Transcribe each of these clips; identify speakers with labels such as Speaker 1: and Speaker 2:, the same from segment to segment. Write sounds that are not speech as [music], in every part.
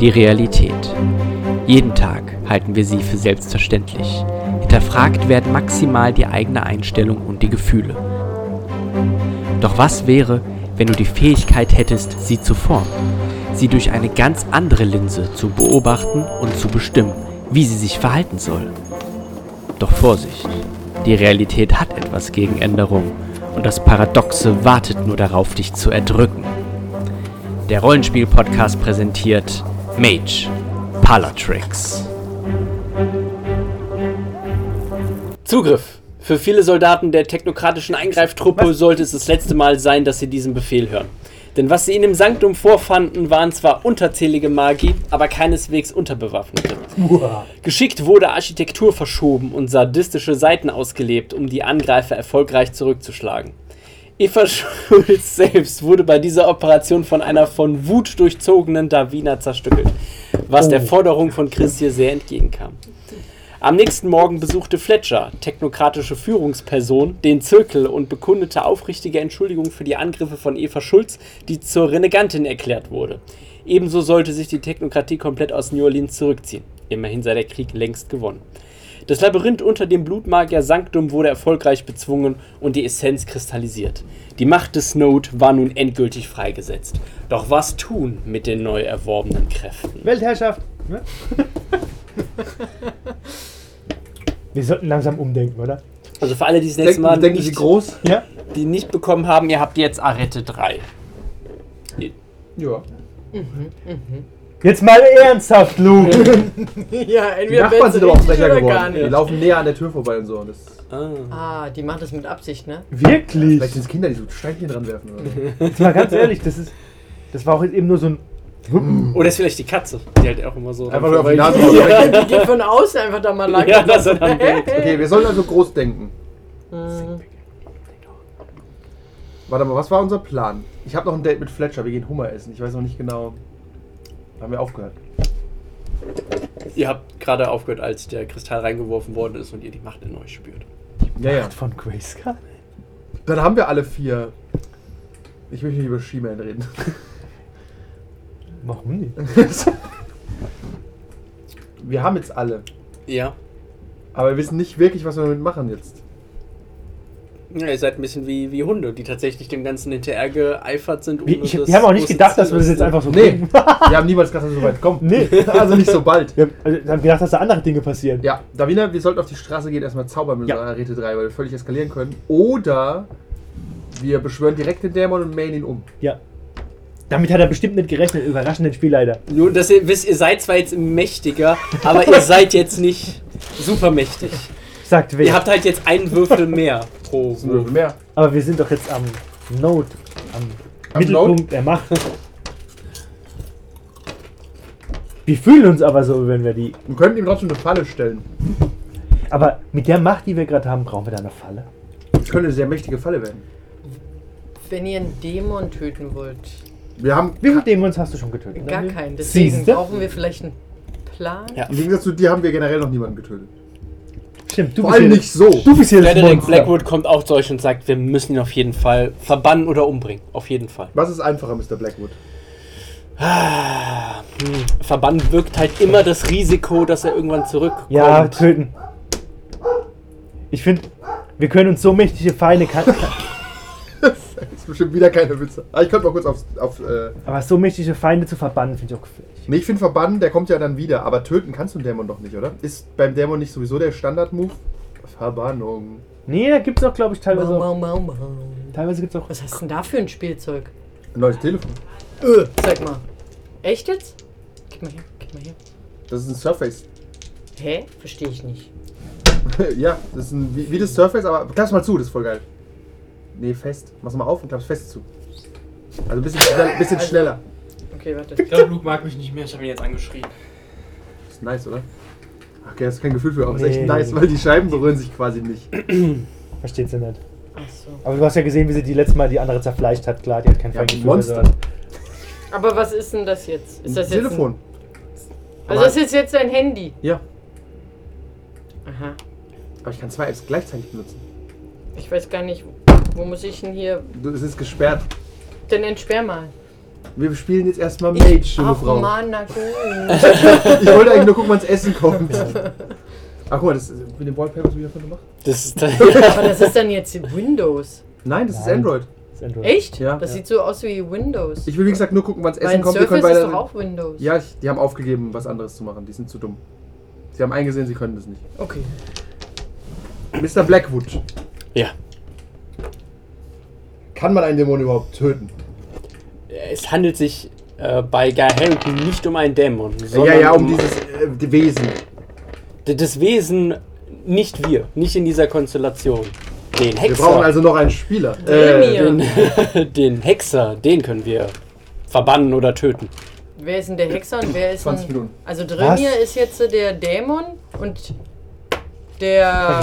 Speaker 1: die Realität. Jeden Tag halten wir sie für selbstverständlich. Hinterfragt werden maximal die eigene Einstellung und die Gefühle. Doch was wäre, wenn du die Fähigkeit hättest, sie zu formen? Sie durch eine ganz andere Linse zu beobachten und zu bestimmen, wie sie sich verhalten soll. Doch Vorsicht, die Realität hat etwas gegen Änderung und das Paradoxe wartet nur darauf, dich zu erdrücken. Der Rollenspiel-Podcast präsentiert Mage Palatrix.
Speaker 2: Zugriff. Für viele Soldaten der technokratischen Eingreiftruppe sollte es das letzte Mal sein, dass sie diesen Befehl hören. Denn was sie in dem Sanktum vorfanden, waren zwar unterzählige Magi, aber keineswegs unterbewaffnete. Geschickt wurde Architektur verschoben und sadistische Seiten ausgelebt, um die Angreifer erfolgreich zurückzuschlagen. Eva [laughs] Schulz selbst wurde bei dieser Operation von einer von Wut durchzogenen Davina zerstückelt, was der Forderung von Chris hier sehr entgegenkam. Am nächsten Morgen besuchte Fletcher, technokratische Führungsperson, den Zirkel und bekundete aufrichtige Entschuldigung für die Angriffe von Eva Schulz, die zur Renegantin erklärt wurde. Ebenso sollte sich die Technokratie komplett aus New Orleans zurückziehen. Immerhin sei der Krieg längst gewonnen. Das Labyrinth unter dem Blutmagier Sanctum wurde erfolgreich bezwungen und die Essenz kristallisiert. Die Macht des Snowd war nun endgültig freigesetzt. Doch was tun mit den neu erworbenen Kräften?
Speaker 3: Weltherrschaft. Ne? [laughs] Wir sollten langsam umdenken, oder?
Speaker 2: Also für alle, die das nächste Mal
Speaker 4: denken Sie
Speaker 2: nicht,
Speaker 4: groß?
Speaker 3: Ja.
Speaker 2: die nicht bekommen haben, ihr habt jetzt Arette 3.
Speaker 4: Ja.
Speaker 3: Jetzt mal ernsthaft, Luke.
Speaker 5: [laughs] Ja,
Speaker 4: Die
Speaker 5: entweder
Speaker 4: Nachbarn
Speaker 5: wenn's
Speaker 4: sind aber auch
Speaker 5: richtig
Speaker 4: frecher
Speaker 5: oder gar
Speaker 4: geworden. Die
Speaker 5: nicht.
Speaker 4: laufen näher an der Tür vorbei und so. Und das,
Speaker 5: Ah, die machen das mit Absicht, ne?
Speaker 4: vielleicht sind
Speaker 3: Wirklich.
Speaker 4: es Kinder, die so Steinchen dran werfen. Oder? so.
Speaker 3: Jetzt mal ganz ehrlich, das ist. Das war auch jetzt eben nur so ein.
Speaker 2: Oder ist vielleicht die Katze, die halt auch immer so.
Speaker 4: Einfach nur auf die Nase
Speaker 2: Ja.
Speaker 4: hauen.
Speaker 5: [laughs] Die geht von außen einfach da mal lang.
Speaker 4: [laughs]
Speaker 2: Ja, das ist dann
Speaker 5: [laughs]
Speaker 2: weg.
Speaker 4: Okay, wir sollen also groß denken.
Speaker 5: Mhm.
Speaker 4: Warte mal, was war unser Plan? Ich habe noch ein Date mit Fletcher. Wir gehen Hummer essen. Ich weiß noch nicht genau. Haben wir aufgehört?
Speaker 2: Ihr habt gerade aufgehört, als der Kristall reingeworfen worden ist und ihr die Macht in euch spürt.
Speaker 4: Ja, ja.
Speaker 3: Von Grayskull?
Speaker 4: Dann haben wir alle vier. Ich möchte nicht über She-Man reden. [laughs]
Speaker 3: Warum nicht?
Speaker 4: wir haben jetzt alle.
Speaker 2: Ja.
Speaker 4: Aber wir wissen nicht wirklich, was wir damit machen jetzt.
Speaker 2: ja ihr seid ein bisschen wie, wie Hunde, die tatsächlich dem Ganzen hinterher geeifert sind.
Speaker 3: Wie,
Speaker 2: ohne
Speaker 3: ich,
Speaker 2: das
Speaker 3: die haben auch nicht
Speaker 2: große
Speaker 3: gedacht,
Speaker 2: Ziel, äh,
Speaker 3: dass wir das jetzt einfach so
Speaker 4: Nee,
Speaker 3: kriegen.
Speaker 4: wir haben niemals gedacht, dass wir so weit kommen.
Speaker 3: Nee.
Speaker 4: Also nicht so bald. [laughs]
Speaker 3: Wir haben, also, wir haben gedacht, dass da andere Dinge passieren.
Speaker 4: Ja, Davina, wir sollten auf die Straße gehen, erstmal zaubern mit
Speaker 3: Ja.
Speaker 4: unserer Rete 3, weil wir völlig eskalieren können. Oder wir beschwören direkt den Dämon und mähen ihn um.
Speaker 3: Ja. Damit hat er bestimmt nicht gerechnet. Überraschend den Spielleiter.
Speaker 2: Nur, dass ihr wisst, ihr seid zwar jetzt
Speaker 3: [laughs]
Speaker 2: mächtiger, aber ihr seid jetzt nicht supermächtig.
Speaker 3: Sagt
Speaker 2: Ihr
Speaker 3: wer.
Speaker 2: habt halt jetzt einen Würfel mehr pro
Speaker 3: [laughs]
Speaker 4: Das ist ein Würfel mehr.
Speaker 3: Aber wir sind doch jetzt am Note. Am,
Speaker 4: Am
Speaker 3: Mittelpunkt der Macht. Wir fühlen uns aber so, wenn wir die.
Speaker 4: Wir könnten ihm trotzdem eine Falle stellen.
Speaker 3: Aber mit der Macht, die wir gerade haben, brauchen wir da eine Falle.
Speaker 4: Das könnte eine sehr mächtige Falle werden.
Speaker 5: Wenn ihr einen Dämon töten wollt,
Speaker 4: Wir haben.
Speaker 3: Wie viele Dämons hast du schon getötet?
Speaker 5: gar keinen. Deswegen
Speaker 3: Siehste?
Speaker 5: brauchen wir vielleicht einen Plan.
Speaker 2: Ja.
Speaker 4: Im Gegensatz zu dir haben wir generell noch niemanden getötet.
Speaker 3: Stimmt, du
Speaker 4: Vor
Speaker 3: bist
Speaker 4: allem
Speaker 3: hier-
Speaker 4: nicht so.
Speaker 3: Du bist hier das
Speaker 2: Frederick
Speaker 3: Monster.
Speaker 2: Blackwood kommt auch zu euch und sagt, wir müssen ihn auf jeden Fall verbannen oder umbringen. Auf jeden Fall.
Speaker 4: Was ist einfacher, Mr. Blackwood?
Speaker 2: Verbannen wirkt halt immer das Risiko, dass er irgendwann zurückkommt.
Speaker 3: Ja, töten. Ich finde, wir können uns so mächtige Feinde, kan-
Speaker 4: Das ist bestimmt wieder keine Witze. Aber Ah, ich könnte mal kurz auf. auf äh,
Speaker 3: [laughs] aber so mächtige Feinde zu verbannen, finde ich auch gefährlich.
Speaker 4: nee, ich finde verbannen, der kommt ja dann wieder. Aber töten kannst du einen Dämon doch nicht, oder? Ist beim Dämon nicht sowieso der Standard-Move? Verbannung.
Speaker 3: Nee, da gibt es auch, glaube ich, teilweise.
Speaker 5: Mau,
Speaker 3: Auch,
Speaker 5: mau, mau, mau.
Speaker 3: teilweise gibt's auch.
Speaker 5: Was hast du denn da für ein Spielzeug?
Speaker 4: Neues Telefon.
Speaker 5: Öh, zeig mal. Echt jetzt? Gib mal her, gib mal her.
Speaker 4: Das ist ein Surface. [laughs]
Speaker 5: Hä? Verstehe ich nicht.
Speaker 4: Ja, das ist ein, wie, wie das Surface, aber klapp's mal zu, das ist voll geil. Nee, fest. Mach's mal auf und klapp's fest zu. Also ein bisschen, schnell, bisschen schneller.
Speaker 5: Okay, warte.
Speaker 2: Ich glaube, Luke mag mich nicht mehr. Ich habe ihn jetzt angeschrien.
Speaker 4: Ist nice, oder? Ach, Okay, hast du kein Gefühl für, aber ist
Speaker 3: Nee.
Speaker 4: echt nice, weil die Scheiben berühren sich quasi nicht.
Speaker 3: Versteht sie nicht.
Speaker 5: Ach so.
Speaker 3: Aber du hast ja gesehen, wie sie die letzte Mal die andere zerfleischt hat. Klar, die hat kein
Speaker 4: Ja,
Speaker 3: Feingefühl.
Speaker 4: Monster.
Speaker 3: also-
Speaker 5: Aber was ist denn das jetzt? Ist das jetzt
Speaker 4: Telefon.
Speaker 5: Ein, also das ist jetzt ein Handy.
Speaker 4: Ja,
Speaker 5: Aha.
Speaker 4: aber ich kann zwei Apps gleichzeitig benutzen.
Speaker 5: Ich weiß gar nicht, wo muss ich denn hier.
Speaker 4: Das ist gesperrt.
Speaker 5: Dann entsperr mal.
Speaker 4: Wir spielen jetzt erstmal Mage, schöne
Speaker 5: Ach
Speaker 4: Frau.
Speaker 5: Mann, na gut.
Speaker 4: [laughs] Ich wollte eigentlich nur gucken, wann das Essen kommt. Ach guck mal, das mit dem Wallpaper wieder von gemacht?
Speaker 2: Das [laughs] ist ja,
Speaker 5: Aber das ist dann jetzt Windows.
Speaker 4: Nein, das ist
Speaker 3: Nein.
Speaker 4: Android.
Speaker 5: Echt?
Speaker 4: Ja.
Speaker 5: Das
Speaker 4: Ja.
Speaker 5: sieht so aus wie Windows.
Speaker 4: Ich will wie gesagt nur gucken, wann das Essen
Speaker 5: Mein
Speaker 4: kommt. Wir können
Speaker 5: Surface ist doch
Speaker 4: weiter.
Speaker 5: auch Windows.
Speaker 4: Ja, ich, die haben aufgegeben, was anderes zu machen. Die sind zu dumm. Sie haben eingesehen, sie können das nicht.
Speaker 5: Okay.
Speaker 4: Mr. Blackwood,
Speaker 2: ja.
Speaker 4: kann man einen Dämon überhaupt töten?
Speaker 2: Es handelt sich äh, bei Guy Harrington nicht um einen Dämon, sondern
Speaker 4: ja, ja, um dieses äh, die Wesen.
Speaker 2: d- das Wesen, nicht wir, nicht in dieser Konstellation. Den
Speaker 4: Wir brauchen
Speaker 2: Hexer,
Speaker 4: also noch einen Spieler. Äh,
Speaker 5: Dreh
Speaker 2: [laughs]
Speaker 5: mir.
Speaker 2: den Hexer, den können wir verbannen oder töten.
Speaker 5: Wer ist denn der Hexer und wer ist
Speaker 4: 20
Speaker 5: ein-
Speaker 4: Minuten.
Speaker 5: Also Dremir ist jetzt äh, der Dämon und der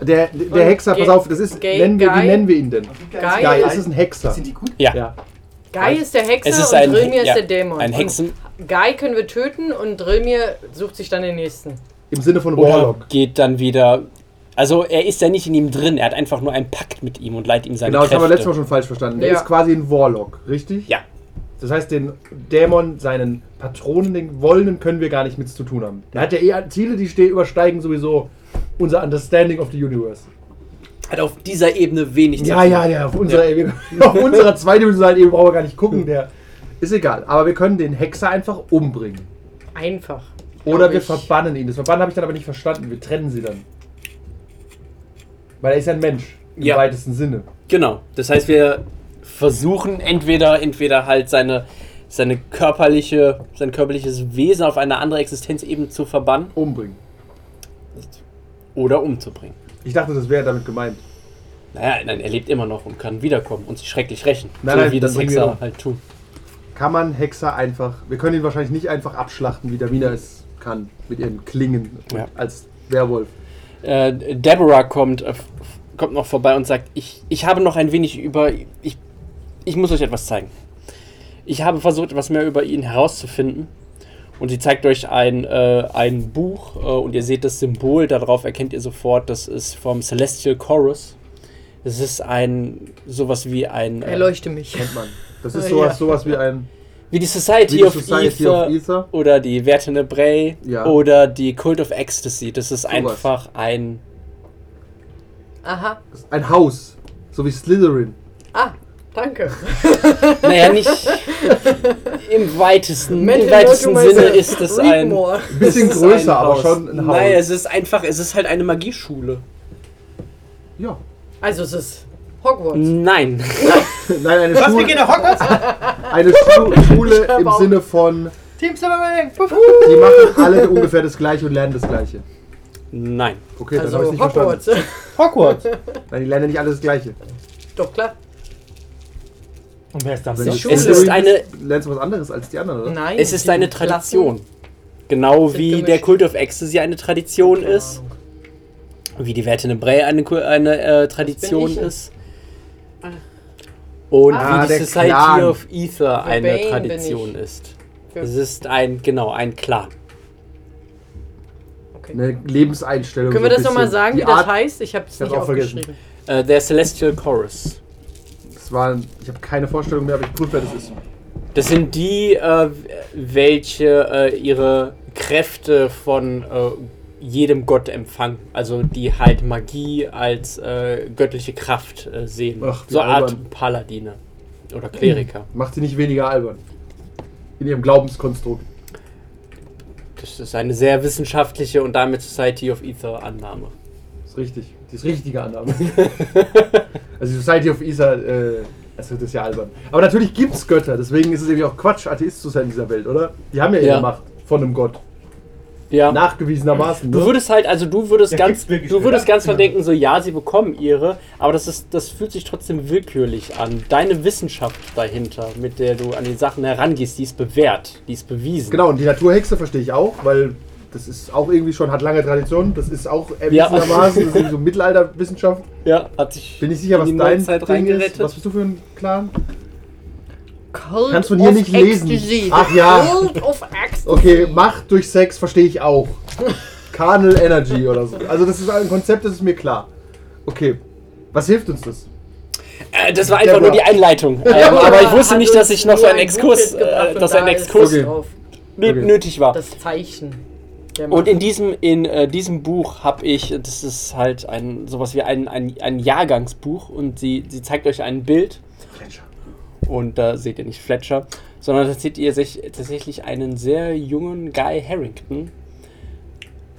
Speaker 4: Der, der, der Hexer, pass
Speaker 5: Gay-
Speaker 4: auf, das ist.
Speaker 5: Gay
Speaker 4: Nennen wir,
Speaker 5: Guy?
Speaker 4: wie nennen wir ihn denn?
Speaker 5: Guy,
Speaker 4: Geil,
Speaker 5: ist,
Speaker 4: es ist ein Hexer.
Speaker 6: Sind die gut?
Speaker 2: Ja.
Speaker 4: Ja.
Speaker 5: Guy ist der Hexer
Speaker 2: Es ist
Speaker 5: und
Speaker 2: ein,
Speaker 5: Dremir
Speaker 2: ja,
Speaker 5: ist der Dämon.
Speaker 2: ein Hexen
Speaker 5: Und Guy können wir töten und Dremir sucht sich dann den nächsten.
Speaker 4: Im Sinne von
Speaker 2: oder
Speaker 4: Warlock.
Speaker 2: geht dann wieder. Also er ist ja nicht in ihm drin, er hat einfach nur einen Pakt mit ihm und leiht ihm seine
Speaker 4: Genau, das
Speaker 2: Kräfte.
Speaker 4: haben wir letztes Mal schon falsch verstanden. Der
Speaker 5: Ja.
Speaker 4: ist quasi ein Warlock, richtig?
Speaker 2: Ja,
Speaker 4: Das heißt, den Dämon, seinen Patronen, den Wollenen, können wir gar nicht mit zu tun haben. Der hat ja eher Ziele, die ste- übersteigen sowieso unser Understanding of the Universe.
Speaker 2: hat auf dieser Ebene wenig zu
Speaker 4: Ja,
Speaker 2: tun.
Speaker 4: ja, ja, auf unserer, [laughs] Ebene, auf unserer zweidimensionalen Ebene brauchen wir gar nicht gucken. Der ist egal, aber wir können den Hexer einfach umbringen.
Speaker 5: Einfach.
Speaker 4: Oder
Speaker 5: Glaub
Speaker 4: wir
Speaker 5: ich.
Speaker 4: verbannen ihn. Das Verbannen habe ich dann aber nicht verstanden. Wir trennen sie dann. Weil er ist ja ein Mensch. Im
Speaker 2: Ja.
Speaker 4: weitesten Sinne.
Speaker 2: Genau. Das heißt, wir versuchen entweder, entweder halt seine, seine körperliche, sein körperliches Wesen auf eine andere Existenzebene zu verbannen
Speaker 4: Umbringen.
Speaker 2: oder umzubringen.
Speaker 4: Ich dachte, das wäre damit gemeint.
Speaker 2: Naja, nein, er lebt immer noch und kann wiederkommen und sich schrecklich rächen.
Speaker 4: Nein,
Speaker 2: so
Speaker 4: nein,
Speaker 2: wie
Speaker 4: dann
Speaker 2: das
Speaker 4: bringen wir
Speaker 2: Hexer
Speaker 4: um.
Speaker 2: halt tun.
Speaker 4: Kann man Hexer einfach. Wir können ihn wahrscheinlich nicht einfach abschlachten, wie der Wiener es kann. Mit ihren Klingen.
Speaker 2: Ja.
Speaker 4: Als Werwolf.
Speaker 2: Äh, Deborah kommt, äh, f- kommt noch vorbei und sagt, ich, ich habe noch ein wenig über... Ich, ich muss euch etwas zeigen. Ich habe versucht, etwas mehr über ihn herauszufinden. Und sie zeigt euch ein, äh, ein Buch äh, und ihr seht das Symbol. Darauf erkennt ihr sofort, das ist vom Celestial Chorus. Es ist ein sowas wie ein äh,
Speaker 5: Erleuchte mich.
Speaker 4: Kennt man. Das ist
Speaker 5: Oh, Ja.
Speaker 4: sowas, sowas wie ein.
Speaker 2: wie die Society,
Speaker 4: Wie die
Speaker 2: of,
Speaker 4: Society
Speaker 2: Ether
Speaker 4: of Ether.
Speaker 2: oder die Vertenebrae
Speaker 4: Ja.
Speaker 2: oder die Cult of Ecstasy. Das ist einfach ein
Speaker 5: Aha.
Speaker 4: Ein Haus. So wie Slytherin.
Speaker 5: Ah, danke.
Speaker 2: Naja, [laughs] nicht im weitesten,
Speaker 5: Mental
Speaker 2: im weitesten
Speaker 5: Optimizer
Speaker 2: Sinne ist es ein
Speaker 5: Readmore.
Speaker 4: Ein bisschen
Speaker 2: es ist
Speaker 4: größer,
Speaker 2: ein
Speaker 4: aber
Speaker 2: Haus.
Speaker 4: schon ein Haus.
Speaker 2: Nein, es ist einfach, es ist halt eine Magieschule.
Speaker 4: Ja.
Speaker 5: Also es ist Hogwarts.
Speaker 2: Nein.
Speaker 4: Nein, eine
Speaker 6: Was, wir
Speaker 4: Schule.
Speaker 6: gehen nach Hogwarts?
Speaker 4: Eine Schu Schule
Speaker 5: hör
Speaker 4: im
Speaker 5: auf.
Speaker 4: Sinne von.
Speaker 6: Team Summerwing!
Speaker 4: Die machen alle ungefähr das Gleiche und lernen das Gleiche.
Speaker 2: Nein.
Speaker 4: Okay, dann habe ich
Speaker 5: also
Speaker 4: nicht
Speaker 5: Hogwarts. [laughs]
Speaker 4: verstanden.
Speaker 3: Hogwarts.
Speaker 4: Nein, die lernen ja nicht alle das Gleiche.
Speaker 5: Doch klar.
Speaker 3: Und wer ist dann
Speaker 4: Wenn
Speaker 3: sicher?
Speaker 4: du
Speaker 5: Schule.
Speaker 2: Es
Speaker 4: Slytherin
Speaker 2: ist
Speaker 4: bist,
Speaker 2: eine-
Speaker 4: Lernst du was anderes als die anderen, oder?
Speaker 5: Nein.
Speaker 2: Es ist
Speaker 5: die
Speaker 2: eine
Speaker 5: Klassen-
Speaker 2: Tradition. Genau
Speaker 5: Sind
Speaker 2: wie
Speaker 5: gemischt.
Speaker 2: der Kult of Ecstasy eine Tradition
Speaker 5: Keine
Speaker 2: ist,
Speaker 5: Ahnung.
Speaker 2: wie die Vertenebrae eine, Ku- eine äh, Tradition
Speaker 5: ich.
Speaker 2: ist. Und
Speaker 5: Ah,
Speaker 2: wie die
Speaker 4: der
Speaker 2: Society
Speaker 4: Clan.
Speaker 2: of Ether eine
Speaker 5: Bane bin
Speaker 2: Tradition
Speaker 5: ich.
Speaker 2: ist.
Speaker 5: Ja.
Speaker 2: Es ist ein, genau, ein Clan.
Speaker 5: Okay.
Speaker 4: Eine Lebenseinstellung.
Speaker 5: Können wir
Speaker 4: so
Speaker 5: das
Speaker 4: ein
Speaker 5: nochmal
Speaker 4: bisschen.
Speaker 5: sagen,
Speaker 4: die
Speaker 5: wie das
Speaker 4: Art,
Speaker 5: heißt? Ich habe es
Speaker 4: Ich hab's
Speaker 5: nicht
Speaker 4: auch vergessen.
Speaker 5: aufgeschrieben.
Speaker 2: Äh, der Celestial Chorus.
Speaker 4: Das war, ich habe keine Vorstellung mehr, aber ich prüfe, wer das ist.
Speaker 2: Das sind die, äh, welche äh, ihre Kräfte von äh, jedem Gott empfangen. Also die halt Magie als äh, göttliche Kraft äh, sehen.
Speaker 4: Ach, wie
Speaker 2: so
Speaker 4: albern.
Speaker 2: Art Paladine oder
Speaker 4: [clears throat]
Speaker 2: Kleriker.
Speaker 4: Macht sie nicht weniger albern. In ihrem Glaubenskonstrukt.
Speaker 2: Das ist eine sehr wissenschaftliche und damit Society of Ether Annahme.
Speaker 4: Das ist richtig. Die ist
Speaker 2: [laughs]
Speaker 4: richtige Annahme. also die Society of Isa, äh, also das ist ja albern. Aber natürlich gibt es Götter, deswegen ist es irgendwie auch Quatsch, Atheist zu sein in dieser Welt, oder? Die haben ja,
Speaker 2: Ja.
Speaker 4: ihre Macht von einem Gott.
Speaker 2: Ja.
Speaker 4: Nachgewiesenermaßen. ne?
Speaker 2: Du würdest halt, also du würdest
Speaker 6: Ja,
Speaker 2: ganz,
Speaker 6: gibt's wirklich,
Speaker 2: du würdest
Speaker 6: ja.
Speaker 2: ganz verdenken, so ja, sie bekommen ihre, aber das ist, das fühlt sich trotzdem willkürlich an. Deine Wissenschaft dahinter, mit der du an die Sachen herangehst, die ist bewährt, die ist bewiesen.
Speaker 4: Genau, und die Naturhexe verstehe ich auch, weil das ist auch irgendwie schon, hat lange Tradition. Das ist auch
Speaker 2: Ja.
Speaker 4: erwiesenermaßen das ist irgendwie so Mittelalterwissenschaft.
Speaker 2: Ja, hat sich.
Speaker 4: Bin ich sicher,
Speaker 2: in
Speaker 4: was
Speaker 2: die
Speaker 4: dein
Speaker 2: Neuzeit
Speaker 4: Ding ist.
Speaker 2: reingerettet.
Speaker 4: Was bist du für ein Clan?
Speaker 5: Cult
Speaker 4: Kannst von hier
Speaker 5: of
Speaker 4: nicht lesen.
Speaker 5: Ecstasy.
Speaker 4: Ach ja.
Speaker 5: Cult of Ecstasy.
Speaker 4: Okay, Macht durch Sex verstehe ich auch. Carnal Energy oder so. Also das ist ein Konzept, das ist mir klar. Okay, was hilft uns das?
Speaker 2: Äh, das war einfach nur die Einleitung. Ähm,
Speaker 4: Ja,
Speaker 2: aber ich wusste
Speaker 5: hat
Speaker 2: nicht, dass
Speaker 5: uns
Speaker 2: ich noch so
Speaker 5: nur
Speaker 2: einen
Speaker 5: ein
Speaker 2: Exkurs,
Speaker 5: Goodbild gebracht
Speaker 2: äh,
Speaker 5: und
Speaker 2: dass
Speaker 5: da
Speaker 2: ein
Speaker 5: ist
Speaker 2: Exkurs
Speaker 4: Okay.
Speaker 5: drauf.
Speaker 2: nö-
Speaker 4: Okay.
Speaker 2: nötig war.
Speaker 5: Das Zeichen. der
Speaker 2: Und
Speaker 5: Macht.
Speaker 2: in diesem, in äh, diesem Buch habe ich, das ist halt ein sowas wie ein, ein, ein Jahrgangsbuch und sie, sie zeigt euch ein Bild und da seht ihr nicht Fletcher, sondern da seht ihr sich tatsächlich einen sehr jungen Guy Harrington.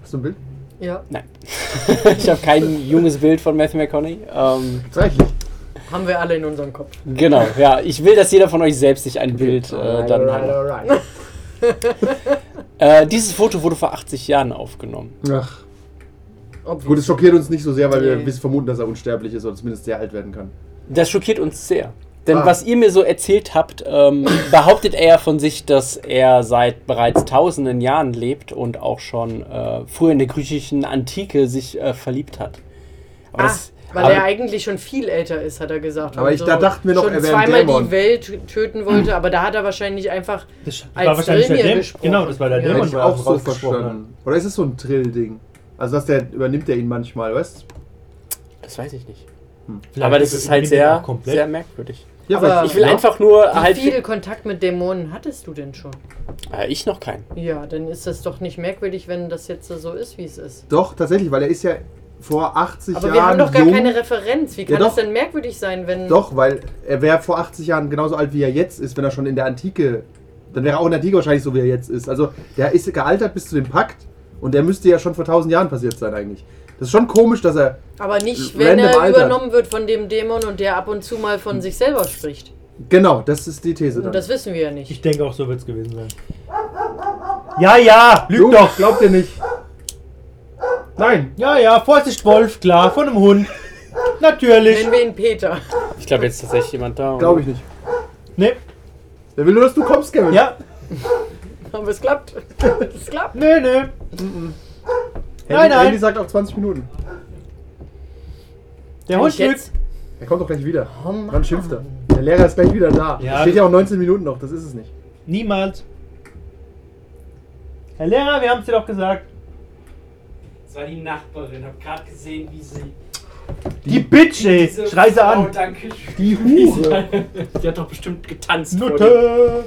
Speaker 4: Hast du ein Bild?
Speaker 5: ja.
Speaker 2: Nein, [laughs] ich habe kein junges Bild von Matthew McConaughey. Ähm,
Speaker 4: Zeig ich.
Speaker 5: Haben wir alle in unserem Kopf.
Speaker 2: genau, ja, ich will, dass jeder von euch selbst sich ein Bild äh, dann hat.
Speaker 4: alright.
Speaker 2: Äh, dieses Foto wurde vor 80 Jahren aufgenommen.
Speaker 4: Ach.
Speaker 5: Obwohl-
Speaker 4: Gut, es schockiert uns nicht so sehr, weil wir
Speaker 5: Nee.
Speaker 4: wissen, vermuten, dass er unsterblich ist oder zumindest sehr alt werden kann.
Speaker 2: Das schockiert uns sehr. Denn
Speaker 4: Ah.
Speaker 2: was ihr mir so erzählt habt, ähm, behauptet er von sich, dass er seit bereits tausenden Jahren lebt und auch schon äh, früher in der griechischen Antike sich äh, verliebt hat. Aber
Speaker 5: Ah,
Speaker 2: das,
Speaker 5: weil
Speaker 2: aber,
Speaker 5: er eigentlich schon viel älter ist, hat er gesagt.
Speaker 4: Aber
Speaker 5: Und
Speaker 4: ich- da dachten wir noch,
Speaker 5: schon
Speaker 4: er wäre ein
Speaker 5: zweimal
Speaker 4: Dämon.
Speaker 5: die Welt töten wollte, aber da hat er wahrscheinlich einfach.
Speaker 3: Das war
Speaker 5: Als
Speaker 3: wahrscheinlich der
Speaker 5: Silvia
Speaker 3: Dämon.
Speaker 5: gesprochen.
Speaker 3: Genau, das war der
Speaker 5: Ja.
Speaker 4: Hätte
Speaker 3: Dämon,
Speaker 4: ich
Speaker 3: der
Speaker 4: auch
Speaker 3: auch
Speaker 4: so
Speaker 3: rausgesprochen hat.
Speaker 4: verstanden. Oder ist es so ein Drill-Ding? Also, dass der übernimmt er ihn manchmal, weißt
Speaker 2: das weiß ich nicht.
Speaker 3: Vielleicht
Speaker 2: aber das ist halt
Speaker 3: übernimmt er
Speaker 2: sehr,
Speaker 3: auch komplett.
Speaker 2: sehr merkwürdig.
Speaker 4: Ja, Genau.
Speaker 5: Aber
Speaker 4: vielleicht-
Speaker 2: Ich will
Speaker 4: ja.
Speaker 2: einfach nur
Speaker 5: Wie
Speaker 2: halt.
Speaker 5: viel Kontakt mit Dämonen hattest du denn schon?
Speaker 2: Äh, ich noch keinen.
Speaker 5: Ja, dann ist das doch nicht merkwürdig, wenn das jetzt so ist, wie es ist.
Speaker 4: Doch, tatsächlich, weil er ist ja vor 80
Speaker 5: Aber
Speaker 4: Jahren.
Speaker 5: wir haben doch gar
Speaker 4: jung.
Speaker 5: keine Referenz. Wie kann
Speaker 4: doch.
Speaker 5: das denn merkwürdig sein, wenn.
Speaker 4: Äh, Doch, weil er wäre vor 80 Jahren genauso alt, wie er jetzt ist, wenn er schon in der Antike. Dann wäre er auch in der Antike wahrscheinlich so, wie er jetzt ist. Also, der ist gealtert bis zu dem Pakt und der müsste ja schon vor 1000 Jahren passiert sein, eigentlich. Das ist schon komisch, dass er.
Speaker 5: Aber nicht, wenn
Speaker 4: Random
Speaker 5: er
Speaker 4: Alter.
Speaker 5: übernommen wird von dem Dämon und der ab und zu mal von sich selber spricht.
Speaker 4: Genau, das ist die These. Dann.
Speaker 5: Und Oh, das wissen wir ja
Speaker 3: Ich
Speaker 5: nicht.
Speaker 3: denke auch, so wird es gewesen sein. Ja, ja, lüg
Speaker 4: Jungs,
Speaker 3: doch.
Speaker 4: Glaubt ihr nicht? Nein!
Speaker 3: Ja, ja, Vorsicht, Wolf, klar, von einem Hund. Natürlich.
Speaker 5: Nennen wir ihn Peter. [laughs]
Speaker 2: Ich glaube, jetzt ist tatsächlich jemand da. und-
Speaker 4: Glaube ich nicht.
Speaker 3: Nee,
Speaker 4: Der will nur, dass du kommst, Kevin.
Speaker 3: ja,
Speaker 5: Aber es klappt. [laughs] Es klappt.
Speaker 3: nee, nee.
Speaker 4: Handy,
Speaker 3: Nein, nein.
Speaker 4: Handy sagt auch 20 Minuten.
Speaker 3: Der
Speaker 5: Kann
Speaker 3: Hund
Speaker 5: ich
Speaker 3: lügt.
Speaker 5: jetzt?
Speaker 4: Er kommt doch gleich wieder.
Speaker 5: Oh Mann.
Speaker 4: Wann schimpft er? Der Lehrer ist gleich wieder da.
Speaker 3: Ja.
Speaker 4: Es Steht ja auch 19 Minuten noch, das ist es nicht.
Speaker 3: Niemals. Herr Lehrer, wir haben es dir doch gesagt.
Speaker 2: Das war die Nachbarin. Hab gerade gesehen, wie sie.
Speaker 3: Die, Bitch, ey.
Speaker 2: diese
Speaker 3: Schrei sie
Speaker 2: Frau,
Speaker 3: an.
Speaker 2: danke.
Speaker 4: Die Hure.
Speaker 2: Die hat doch bestimmt getanzt.
Speaker 3: Nutte.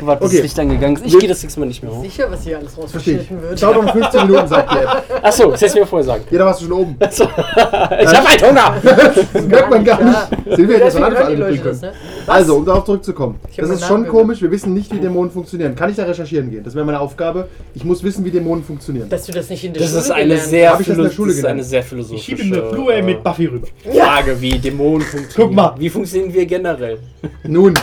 Speaker 2: Warte, bis
Speaker 4: Okay.
Speaker 2: das Licht angegangen ist. Ich
Speaker 4: Wir-
Speaker 2: gehe das nächste Mal nicht mehr hoch.
Speaker 5: Sicher, was hier alles
Speaker 4: Verstehe ich.
Speaker 5: rausgeschnitten wird.
Speaker 4: Dauert noch 15 Minuten, sagt die App.
Speaker 2: Achso, das hättest du mir vorher sagen. können.
Speaker 4: Jeder warst du schon oben.
Speaker 5: [laughs]
Speaker 2: Achso. ich habe halt
Speaker 4: [laughs]
Speaker 2: Hunger.
Speaker 4: Das merkt man gar
Speaker 5: Ja.
Speaker 4: nicht. Silvia hätte das von
Speaker 5: Deswegen
Speaker 4: Anfang
Speaker 5: hören
Speaker 4: an
Speaker 5: die Leute
Speaker 4: mitbringen
Speaker 5: das,
Speaker 4: können.
Speaker 5: ne?
Speaker 4: Also, um darauf zurückzukommen.
Speaker 5: Ich hab
Speaker 4: Das
Speaker 5: mal
Speaker 4: ist schon
Speaker 5: nachgeguckt.
Speaker 4: komisch, wir wissen nicht, wie Dämonen funktionieren. Kann ich da recherchieren gehen? Das wäre meine Aufgabe. Ich muss wissen, wie Dämonen funktionieren.
Speaker 5: Dass du das nicht in der
Speaker 2: Das
Speaker 5: Schule
Speaker 2: ist eine
Speaker 5: gelernt
Speaker 2: sehr,
Speaker 4: Hab ich das in der
Speaker 2: philo-
Speaker 4: Schule
Speaker 2: das ist eine
Speaker 4: gelernt?
Speaker 2: sehr
Speaker 3: Ich
Speaker 2: philosophische
Speaker 3: schiebe eine Blu-ray
Speaker 2: äh,
Speaker 3: mit Buffy rüber.
Speaker 2: Frage, wie Dämonen funktionieren.
Speaker 3: Guck mal.
Speaker 2: Wie funktionieren wir generell?
Speaker 4: Nun,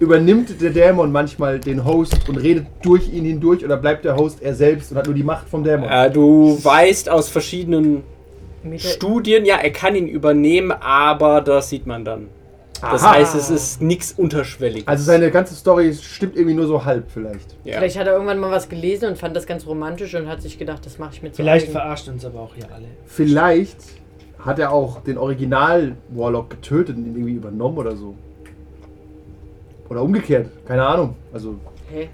Speaker 4: übernimmt der Dämon manchmal den Host und redet durch ihn hindurch oder bleibt der Host er selbst und hat nur die Macht vom Dämon?
Speaker 2: Äh, du weißt aus verschiedenen
Speaker 5: Meter-
Speaker 2: Studien, ja, er kann ihn übernehmen, aber das sieht man dann. Das
Speaker 4: Aha.
Speaker 2: heißt, es ist nichts Unterschwelliges.
Speaker 4: Also seine ganze Story stimmt irgendwie nur so halb vielleicht.
Speaker 2: ja.
Speaker 5: Vielleicht hat er irgendwann mal was gelesen und fand das ganz romantisch und hat sich gedacht, das mache ich mir zu
Speaker 3: Vielleicht
Speaker 5: eigen.
Speaker 3: verarscht uns aber auch hier alle.
Speaker 4: Vielleicht hat er auch den Original-Warlock getötet und ihn irgendwie übernommen oder so. Oder umgekehrt, keine Ahnung. Also,
Speaker 5: Hä?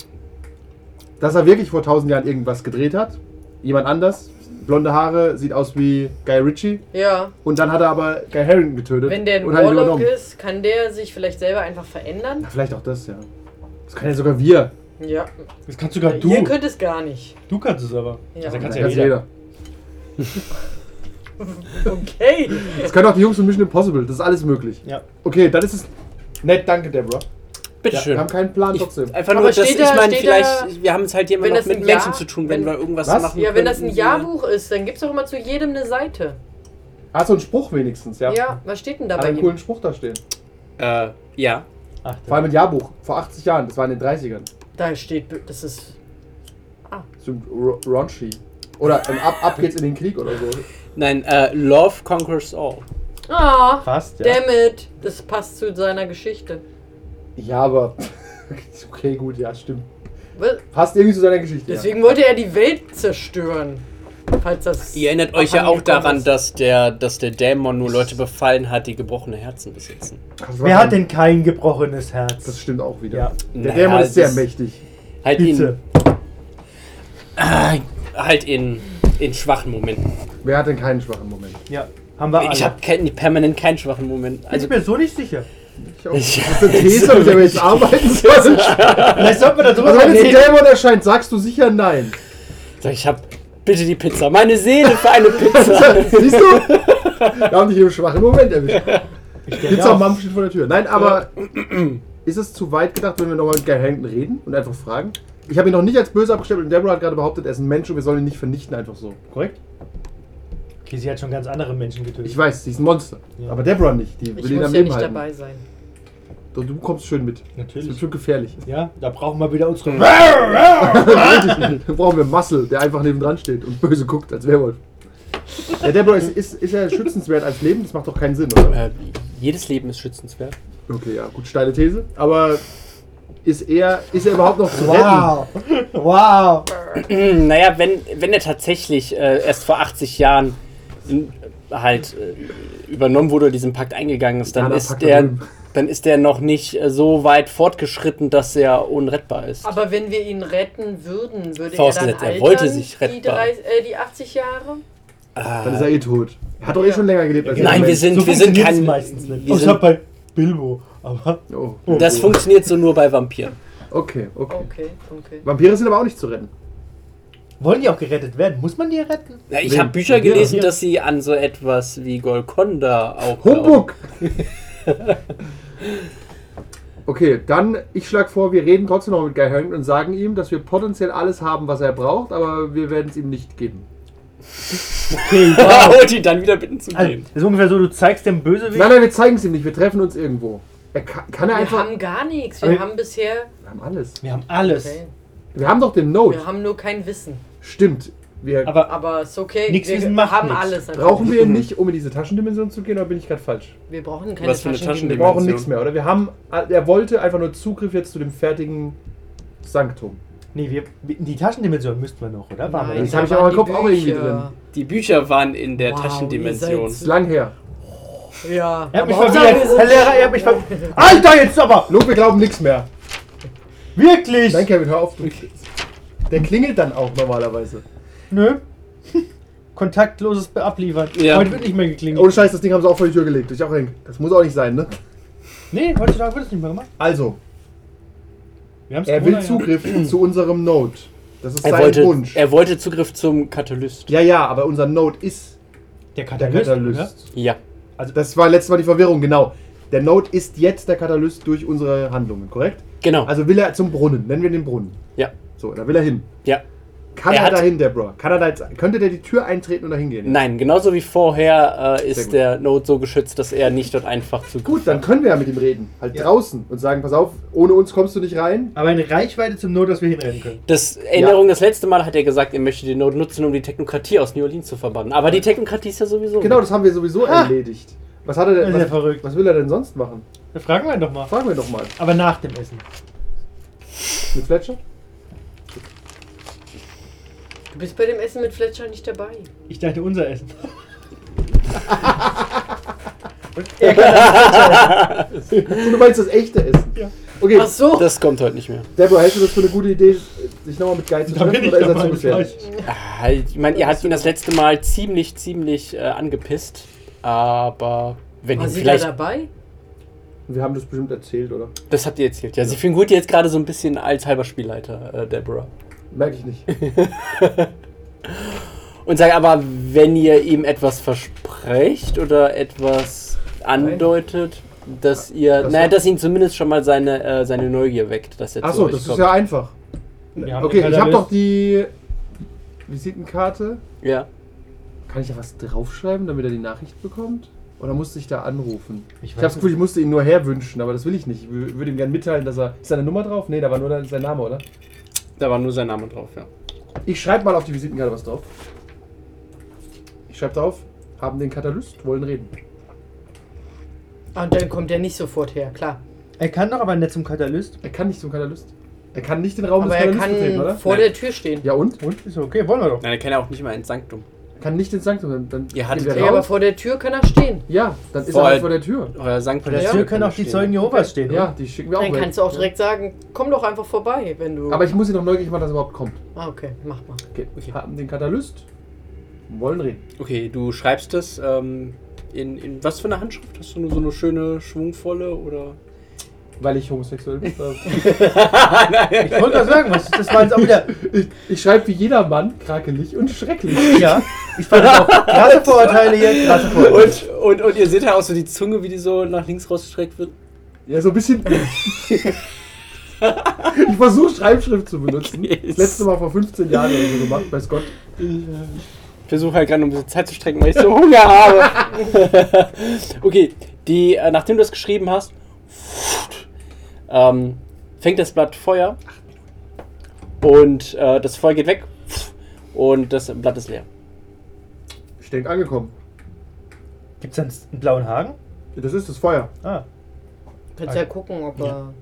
Speaker 4: dass er wirklich vor 1000 Jahren irgendwas gedreht hat. Jemand anders, blonde Haare, sieht aus wie Guy Ritchie.
Speaker 5: Ja,
Speaker 4: Und dann hat er aber Guy Harrington getötet
Speaker 5: wenn der ein
Speaker 4: und hat ihn
Speaker 5: Warlock
Speaker 4: übernommen.
Speaker 5: ist, kann der sich vielleicht selber einfach verändern?
Speaker 4: Ja, vielleicht auch das, ja. Das kann ja sogar wir.
Speaker 5: Ja,
Speaker 3: Das kannst sogar
Speaker 5: ihr
Speaker 3: du.
Speaker 5: könnt es gar nicht.
Speaker 3: Du kannst es aber.
Speaker 5: Ja.
Speaker 3: Also kannst
Speaker 4: Das,
Speaker 3: ja
Speaker 4: kann's
Speaker 3: jeder.
Speaker 4: jeder.
Speaker 5: Okay.
Speaker 4: das können auch die Jungs von Mission Impossible. Das ist alles möglich.
Speaker 3: Ja.
Speaker 4: Okay, dann ist es nett. Danke, Deborah. Wir
Speaker 2: Bitteschön.
Speaker 4: haben keinen Plan trotzdem.
Speaker 2: Ich, einfach
Speaker 5: Aber
Speaker 2: nur, dass,
Speaker 5: steht
Speaker 2: ich
Speaker 5: da-
Speaker 2: meine,
Speaker 5: steht
Speaker 2: vielleicht,
Speaker 5: da-
Speaker 2: wir haben es halt hier immer
Speaker 5: wenn
Speaker 2: noch
Speaker 5: das
Speaker 2: mit
Speaker 5: ein
Speaker 2: Menschen
Speaker 5: Jahr-
Speaker 2: zu tun, wenn,
Speaker 5: wenn-
Speaker 2: wir irgendwas
Speaker 4: Was?
Speaker 2: machen.
Speaker 5: Ja, wenn das ein
Speaker 2: könnten,
Speaker 5: Jahrbuch ist, dann gibt es doch immer zu jedem eine Seite.
Speaker 4: Hast du einen Spruch wenigstens, ja?
Speaker 5: Ja, was steht denn da
Speaker 4: Hat
Speaker 5: bei
Speaker 4: einen
Speaker 5: ihm?
Speaker 4: coolen Spruch da stehen.
Speaker 2: Äh, ja.
Speaker 3: Ach,
Speaker 4: Vor allem ein Jahrbuch, vor 80 Jahren, das war in den 30ern.
Speaker 5: Da steht, das ist.
Speaker 4: So ro- raunchy. Oder ähm, ab, ab geht's in den Krieg oder so.
Speaker 2: Nein, äh, Love Conquers All.
Speaker 5: Ah,
Speaker 3: Fast, ja.
Speaker 5: damn it. Das passt zu seiner Geschichte.
Speaker 4: Ja, aber. [laughs] Okay, gut, ja, stimmt.
Speaker 5: Was?
Speaker 4: Passt irgendwie zu seiner Geschichte.
Speaker 5: Deswegen wollte er die Welt zerstören. Falls das.
Speaker 2: Ihr erinnert euch ja auch
Speaker 5: angekommen
Speaker 2: daran,
Speaker 5: ist.
Speaker 2: dass der, dass der Dämon nur Leute befallen hat, die gebrochene Herzen besitzen.
Speaker 4: ja. Das war
Speaker 3: Wer hat
Speaker 4: dann-
Speaker 3: denn kein gebrochenes Herz?
Speaker 4: Das stimmt auch wieder.
Speaker 3: Ja.
Speaker 4: Der
Speaker 2: Naja,
Speaker 4: Dämon
Speaker 2: das-
Speaker 4: ist sehr mächtig.
Speaker 2: Halt
Speaker 3: Bitte.
Speaker 2: ihn, halt in, in schwachen Momenten.
Speaker 4: Wer hat denn keinen schwachen Moment?
Speaker 3: Ja. Haben wir alle.
Speaker 2: Ich habe permanent keinen schwachen Moment. Also,
Speaker 3: Ah,
Speaker 2: [laughs]
Speaker 3: ich bin mir so nicht sicher.
Speaker 4: Ich auch. [laughs] Das ist eine These, mit der wir jetzt [laughs] arbeiten Also
Speaker 3: [laughs]
Speaker 4: sollen.
Speaker 3: Vielleicht sollten wir darüber
Speaker 4: Also wenn jetzt ein
Speaker 3: reden.
Speaker 4: Dämon erscheint, sagst du sicher [laughs] nein.
Speaker 2: sag ich habe bitte die Pizza. Meine Seele für eine
Speaker 3: [laughs]
Speaker 2: Pizza.
Speaker 4: Siehst du? Wir haben dich im schwachen Moment erwischt. Pizza
Speaker 3: ja.
Speaker 4: ja. Mampf steht vor der Tür. Nein, aber ist es zu weit gedacht, wenn wir nochmal mit Guy Harrington reden und einfach fragen? Ich habe ihn noch nicht als böse abgestempelt und Deborah hat gerade behauptet, er ist ein Mensch und wir sollen ihn nicht vernichten, einfach so. Korrekt?
Speaker 3: Okay, sie hat schon ganz andere Menschen getötet.
Speaker 4: Ich weiß, sie ist ein Monster.
Speaker 3: Ja.
Speaker 4: Aber Deborah nicht. Die will
Speaker 5: Ich
Speaker 4: ihn
Speaker 5: muss
Speaker 4: am
Speaker 5: ja
Speaker 4: Leben
Speaker 5: nicht
Speaker 4: halten.
Speaker 5: dabei sein.
Speaker 4: Du, du kommst schön mit. Das wird
Speaker 3: Natürlich.
Speaker 4: schon gefährlich.
Speaker 3: Ja, da brauchen wir wieder unsere.
Speaker 4: Dann brauchen wir Muscle, der einfach nebendran steht und böse guckt als Werwolf. Ja, Deborah ist, ist, ist ja schützenswert als Leben, das macht doch keinen Sinn, oder?
Speaker 2: äh, jedes Leben ist schützenswert.
Speaker 4: Okay, ja, gut, steile These. Aber ist er, ist er überhaupt noch zu retten?
Speaker 3: Wow! [laughs] Wow!
Speaker 2: Hm, Naja, wenn, wenn er tatsächlich äh, erst vor 80 Jahren in, halt äh, übernommen wurde oder diesen Pakt eingegangen ist, dann
Speaker 4: Ja, der
Speaker 2: ist
Speaker 4: Pakt
Speaker 2: der,
Speaker 4: darüber.
Speaker 2: dann ist der noch nicht äh, so weit fortgeschritten, dass er unrettbar ist.
Speaker 5: Aber wenn wir ihn retten würden, würde
Speaker 2: Faust
Speaker 5: er dann
Speaker 2: setzt, er
Speaker 5: altern,
Speaker 2: wollte sich
Speaker 5: die,
Speaker 2: rettbar.
Speaker 5: 30, äh, die 80 Jahre?
Speaker 4: Dann ist er eh tot. Er hat doch eh schon länger gelebt als
Speaker 2: Nein,
Speaker 4: der
Speaker 2: wir sind,
Speaker 3: so
Speaker 2: wir sind
Speaker 3: funktioniert's
Speaker 2: kein.
Speaker 3: meistens nicht.
Speaker 2: wir
Speaker 3: Außer
Speaker 2: sind-
Speaker 3: bei Bilbo. Aber [laughs]
Speaker 4: Mensch. Oh.
Speaker 2: Das funktioniert so nur bei Vampiren.
Speaker 4: Okay, okay,
Speaker 5: Okay, okay.
Speaker 4: Vampire sind aber auch nicht zu retten.
Speaker 3: wollen die auch gerettet werden? Muss man die retten?
Speaker 2: Ja, ich
Speaker 4: Wen?
Speaker 2: habe Bücher
Speaker 4: Vampire?
Speaker 2: gelesen, dass sie an so etwas wie Golconda auch. [laughs]
Speaker 4: Humbug! okay, dann, ich schlage vor, wir reden trotzdem noch mit Guy Harrington und sagen ihm, dass wir potenziell alles haben, was er braucht, aber wir werden es ihm nicht geben.
Speaker 3: Okay,
Speaker 2: glauben. [laughs]
Speaker 3: wow.
Speaker 2: Holt ihn dann wieder bitten zu
Speaker 3: Also,
Speaker 2: nehmen.
Speaker 3: das ist ungefähr so, du zeigst dem Bösewicht.
Speaker 4: Nein, nein, wir zeigen es ihm nicht, wir treffen uns irgendwo. Er kann, kann er
Speaker 5: Wir
Speaker 4: einfach.
Speaker 5: haben gar nichts. Wir
Speaker 3: Aber-
Speaker 5: haben bisher.
Speaker 4: wir haben alles.
Speaker 3: Wir haben alles.
Speaker 5: Okay.
Speaker 4: Wir haben doch den Note.
Speaker 5: Wir haben nur kein Wissen.
Speaker 4: Stimmt. Wir
Speaker 3: Aber
Speaker 5: Aber ist okay.
Speaker 3: Nix
Speaker 5: wir
Speaker 3: wissen macht
Speaker 5: haben
Speaker 3: nix.
Speaker 5: alles. natürlich.
Speaker 3: [laughs]
Speaker 4: brauchen wir ihn nicht, um in diese Taschendimension zu gehen, oder bin ich gerade falsch?
Speaker 5: wir brauchen keine
Speaker 2: Was für eine
Speaker 4: Wir
Speaker 5: Taschendiebe.
Speaker 2: Taschendiebe?
Speaker 4: brauchen nichts mehr, oder? Wir haben. Er wollte einfach nur Zugriff jetzt zu dem fertigen Sanktum.
Speaker 3: nee, wir, die Taschendimension müssten wir noch, oder? Waren wir
Speaker 5: Nein,
Speaker 4: Das
Speaker 3: da?
Speaker 4: hab ich
Speaker 5: da
Speaker 4: auch
Speaker 5: waren
Speaker 4: im Kopf
Speaker 5: die
Speaker 4: auch irgendwie
Speaker 5: Bücher.
Speaker 2: Die Bücher waren in der
Speaker 5: Wow, ihr
Speaker 2: Taschendimension.
Speaker 4: Ist lang her.
Speaker 5: Ja.
Speaker 3: Er hat mich
Speaker 5: aber Hauptsache, wir
Speaker 3: verwirrt.
Speaker 5: sind-
Speaker 3: Herr Lehrer, er hat mich
Speaker 4: [laughs]
Speaker 3: verwirrt. Alter, jetzt aber!
Speaker 4: Lob, wir glauben nichts mehr.
Speaker 3: Wirklich!
Speaker 4: Nein, Kevin, hör auf. Du. Der klingelt dann auch normalerweise.
Speaker 3: Nö. [laughs] Kontaktloses Be- Abliefern.
Speaker 2: Ja.
Speaker 3: Heute wird nicht mehr geklingelt.
Speaker 4: Ohne Scheiß, das Ding haben sie auch vor die Tür gelegt. Ich auch denk, das muss auch nicht sein, ne?
Speaker 3: Nee, heutzutage wird es nicht mehr gemacht.
Speaker 4: Also,
Speaker 3: Wir haben's
Speaker 4: er will
Speaker 3: Corona, ja.
Speaker 4: Zugriff zu unserem Node. Das ist
Speaker 2: Er
Speaker 4: sein
Speaker 2: wollte,
Speaker 4: Wunsch.
Speaker 2: er wollte Zugriff zum Katalyst.
Speaker 4: Ja, ja, aber unser Node ist
Speaker 3: Der
Speaker 4: der
Speaker 3: Katalyst.
Speaker 4: Katalyst.
Speaker 2: Ja. Also
Speaker 4: Das war letztes Mal die Verwirrung, genau. Der Node ist jetzt der Katalyst durch unsere Handlungen, korrekt?
Speaker 2: Genau.
Speaker 4: Also will er zum Brunnen, nennen wir den Brunnen.
Speaker 2: ja.
Speaker 4: So, da will er hin.
Speaker 2: Ja.
Speaker 4: Kann
Speaker 2: Er
Speaker 4: er,
Speaker 2: hat-
Speaker 4: dahin, Deborah? Kann er da jetzt, könnte der die Tür eintreten und dahin gehen?
Speaker 2: Nein, genauso wie vorher äh,
Speaker 4: Sehr
Speaker 2: ist
Speaker 4: gut.
Speaker 2: der Node so geschützt, dass er nicht dort einfach zu
Speaker 4: Gut, dann können wir ja mit ihm reden. Halt draußen und sagen, pass auf, ohne uns kommst du nicht rein.
Speaker 3: Aber eine Reichweite zum Not, dass wir hinrennen können.
Speaker 2: Das Erinnerung, das letzte Mal hat er gesagt, er möchte den Node nutzen, um die Technokratie aus New Orleans zu verbannen. Aber die Technokratie ist ja sowieso.
Speaker 4: Genau, das haben wir sowieso
Speaker 3: Ha!
Speaker 4: erledigt. Was hat er
Speaker 3: Das
Speaker 4: denn?
Speaker 3: ist ja
Speaker 4: Was,
Speaker 3: verrückt.
Speaker 4: was will er denn sonst machen?
Speaker 3: Da fragen wir ihn doch mal.
Speaker 4: Fragen wir doch mal.
Speaker 3: Aber nach dem Essen.
Speaker 4: Mit Fletcher?
Speaker 5: Du bist bei dem Essen mit Fletcher nicht dabei.
Speaker 3: Ich dachte, unser
Speaker 4: [laughs]
Speaker 3: Essen.
Speaker 4: Und du meinst das echte Essen?
Speaker 3: Ja.
Speaker 4: Okay,
Speaker 5: Ach so.
Speaker 2: das kommt heute nicht mehr.
Speaker 4: Deborah, hältst du das für eine gute Idee, sich nochmal mit Geiz zu
Speaker 3: Da bin
Speaker 4: treffen
Speaker 3: ich
Speaker 4: oder ist er
Speaker 3: dabei.
Speaker 4: zu
Speaker 3: Ich
Speaker 4: gefährlich?
Speaker 3: weiß.
Speaker 2: Halt, ich meine, ihr habt ihn das letzte Mal ziemlich, ziemlich äh, angepisst. Aber wenn
Speaker 5: War
Speaker 2: ihr
Speaker 5: sie da
Speaker 2: vielleicht.
Speaker 5: dabei?
Speaker 4: Wir haben das bestimmt erzählt, oder?
Speaker 2: Das habt ihr erzählt. Ja, sie fühlen gut jetzt gerade so ein bisschen als halber Spielleiter, äh, Deborah.
Speaker 4: Merke ich nicht.
Speaker 2: Und sag aber, wenn ihr ihm etwas versprecht oder etwas andeutet, dass ihr,
Speaker 4: Das
Speaker 2: naja,
Speaker 4: war-
Speaker 2: dass ihn zumindest schon mal seine, äh, seine Neugier weckt, dass er zu
Speaker 4: Achso,
Speaker 2: euch
Speaker 4: das ist
Speaker 2: kommt.
Speaker 4: ja einfach.
Speaker 3: Wir haben
Speaker 4: Okay,
Speaker 3: den
Speaker 4: ich habe
Speaker 3: Katalyst.
Speaker 4: doch die Visitenkarte.
Speaker 2: ja.
Speaker 4: Kann ich da was draufschreiben, damit er die Nachricht bekommt? Oder musste ich da anrufen?
Speaker 3: Ich
Speaker 4: Ich,
Speaker 3: weiß
Speaker 4: habe das Gefühl, ich musste ihn nur herwünschen, aber das will ich nicht. Ich wü- würde ihm gerne mitteilen, dass er. Ist seine Nummer drauf? Nee, da war nur dann sein Name, oder?
Speaker 2: Da war nur sein Name drauf, ja.
Speaker 4: Ich schreibe mal auf die Visitenkarte was drauf. Ich schreibe drauf, haben den Katalyst, wollen reden.
Speaker 5: Ah, Und dann kommt er nicht sofort her, klar.
Speaker 3: Er kann doch aber nicht zum Katalyst.
Speaker 4: Er kann nicht zum Katalyst. Er kann nicht den Raum
Speaker 5: Aber
Speaker 4: des
Speaker 5: er
Speaker 4: Katalysten betreten,
Speaker 5: kann
Speaker 4: oder?
Speaker 5: vor der Tür stehen.
Speaker 4: Ja und?
Speaker 3: Und ist okay, wollen wir doch.
Speaker 2: Nein, er kann ja auch nicht mal ins Sanktum.
Speaker 4: Er kann nicht ins Sanktum. Dann, dann
Speaker 2: Ihr hattet
Speaker 4: gehen wir
Speaker 5: Ja, aber
Speaker 4: raus.
Speaker 5: vor der Tür kann er stehen.
Speaker 4: ja, dann ist
Speaker 2: Vor-
Speaker 4: er halt vor der Tür.
Speaker 2: Euer Sanktum.
Speaker 3: Vor der
Speaker 5: Ja.
Speaker 3: Tür können auch die Zeugen Jehovas stehen.
Speaker 4: Ja,
Speaker 3: oder?
Speaker 4: die schicken wir auch
Speaker 5: Dann
Speaker 4: weg.
Speaker 5: kannst du auch direkt sagen, komm doch einfach vorbei, wenn du.
Speaker 4: Aber ich muss ihn noch neugierig machen, dass er überhaupt kommt.
Speaker 5: ah, okay, mach mal.
Speaker 4: Okay, wir haben den Katalyst. Wollen reden.
Speaker 2: Okay, du schreibst es. Ähm, In, in was für eine Handschrift? Hast du nur so eine schöne, schwungvolle oder.
Speaker 4: Weil ich homosexuell bin.
Speaker 2: [laughs]
Speaker 4: [laughs]
Speaker 2: Nein.
Speaker 3: Ich wollte gerade sagen, was, das war jetzt auch wieder.
Speaker 4: ich ich schreibe wie jeder Mann krakelig und schrecklich.
Speaker 3: Ja, ich fand das auch krasse Vorurteile hier, krasse Vorurteile.
Speaker 2: Und, und, und ihr seht ja auch so die Zunge, wie die so nach links rausgestreckt wird.
Speaker 4: Ja, so ein [laughs] bisschen. ich versuche Schreibschrift zu benutzen.
Speaker 2: Yes.
Speaker 4: Das letzte Mal vor 15 Jahren oder so gemacht, weiß Gott.
Speaker 2: Ich versuche halt gerade um diese Zeit zu strecken, weil ich so Hunger habe. okay, die, äh, nachdem du das geschrieben hast, ähm, fängt das Blatt Feuer und äh, das Feuer geht weg und das Blatt ist leer.
Speaker 4: Ich denke angekommen.
Speaker 3: Gibt's denn einen blauen Haken?
Speaker 4: Das ist das Feuer.
Speaker 3: Ah.
Speaker 5: Kannst ja gucken, ob er.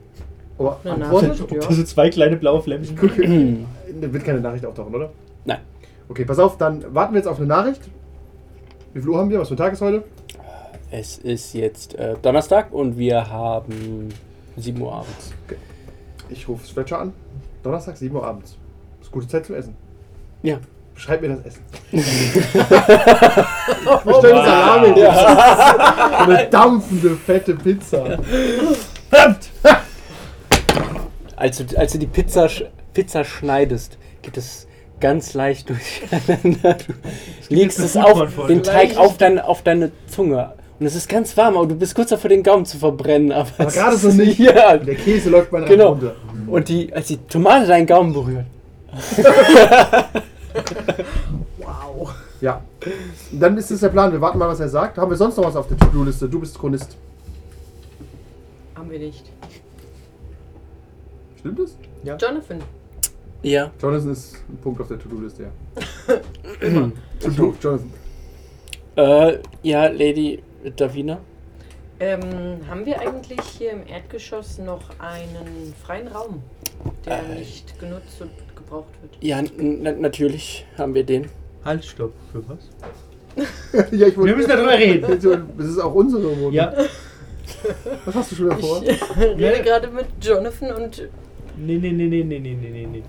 Speaker 4: Aber
Speaker 5: Eine
Speaker 4: antwortet?
Speaker 5: Nachricht, ja.
Speaker 3: Das sind zwei kleine blaue Flämmchen.
Speaker 4: [clears throat] Da wird keine Nachricht auftauchen, oder?
Speaker 2: Nein.
Speaker 4: Okay, pass auf, dann warten wir jetzt auf eine Nachricht. Wie viel Uhr haben wir? Was für ein Tag ist heute?
Speaker 2: Es ist jetzt äh, Donnerstag und wir haben 7 Uhr abends.
Speaker 4: Ich rufe Stretcher an. Donnerstag, 7 Uhr abends. Ist gute Zeit zum Essen.
Speaker 2: [laughs] Ja.
Speaker 4: Beschreib mir das Essen.
Speaker 2: Oh,
Speaker 4: Wir stellen uns Salami. in den Schiff. So Eine dampfende, fette Pizza.
Speaker 2: Als du, als du die Pizza, sch- Pizza schneidest, geht es ganz leicht [laughs] durcheinander. Du legst es auf,
Speaker 3: Popcorn-Folge.
Speaker 2: den Teig auf, dein, auf deine Zunge. Und es ist ganz warm, aber du bist kurz davor, den Gaumen zu verbrennen. Aber,
Speaker 4: Aber
Speaker 2: es
Speaker 4: gerade
Speaker 2: ist-
Speaker 4: so
Speaker 2: [laughs]
Speaker 4: nicht.
Speaker 2: Ja.
Speaker 4: Der Käse läuft mal
Speaker 2: Genau.
Speaker 4: runter.
Speaker 2: Und die, als die Tomate deinen Gaumen berührt.
Speaker 5: Wow.
Speaker 4: Ja. Und Dann ist es der Plan. Wir warten mal, was er sagt. Haben wir sonst noch was auf der To-Do-Liste? Du bist Chronist.
Speaker 5: Haben wir nicht.
Speaker 4: Stimmt das?
Speaker 5: Jonathan.
Speaker 2: Ja.
Speaker 4: Jonathan ist ein Punkt auf der To-Do-Liste, ja.
Speaker 3: [clears throat]
Speaker 4: To-Do, [clears throat] Jonathan. [laughs]
Speaker 2: Äh, ja, Lady Davina.
Speaker 5: Ähm, haben wir eigentlich hier im Erdgeschoss noch einen freien Raum, der
Speaker 3: Äh.
Speaker 5: nicht genutzt und gebraucht wird?
Speaker 2: Ja, n- n- natürlich haben wir [laughs] den.
Speaker 3: Halt, stopp. Für was?
Speaker 4: ja, ich
Speaker 3: Wir müssen
Speaker 4: [laughs]
Speaker 3: darüber reden.
Speaker 4: Das ist auch unsere Wohnung.
Speaker 3: Ja.
Speaker 4: Was hast du schon wieder vor?
Speaker 5: [laughs] Ich rede
Speaker 3: Nee.
Speaker 5: gerade mit Jonathan und
Speaker 3: Nee, nee, nee, nee, nee, nee, nee, nee, nee.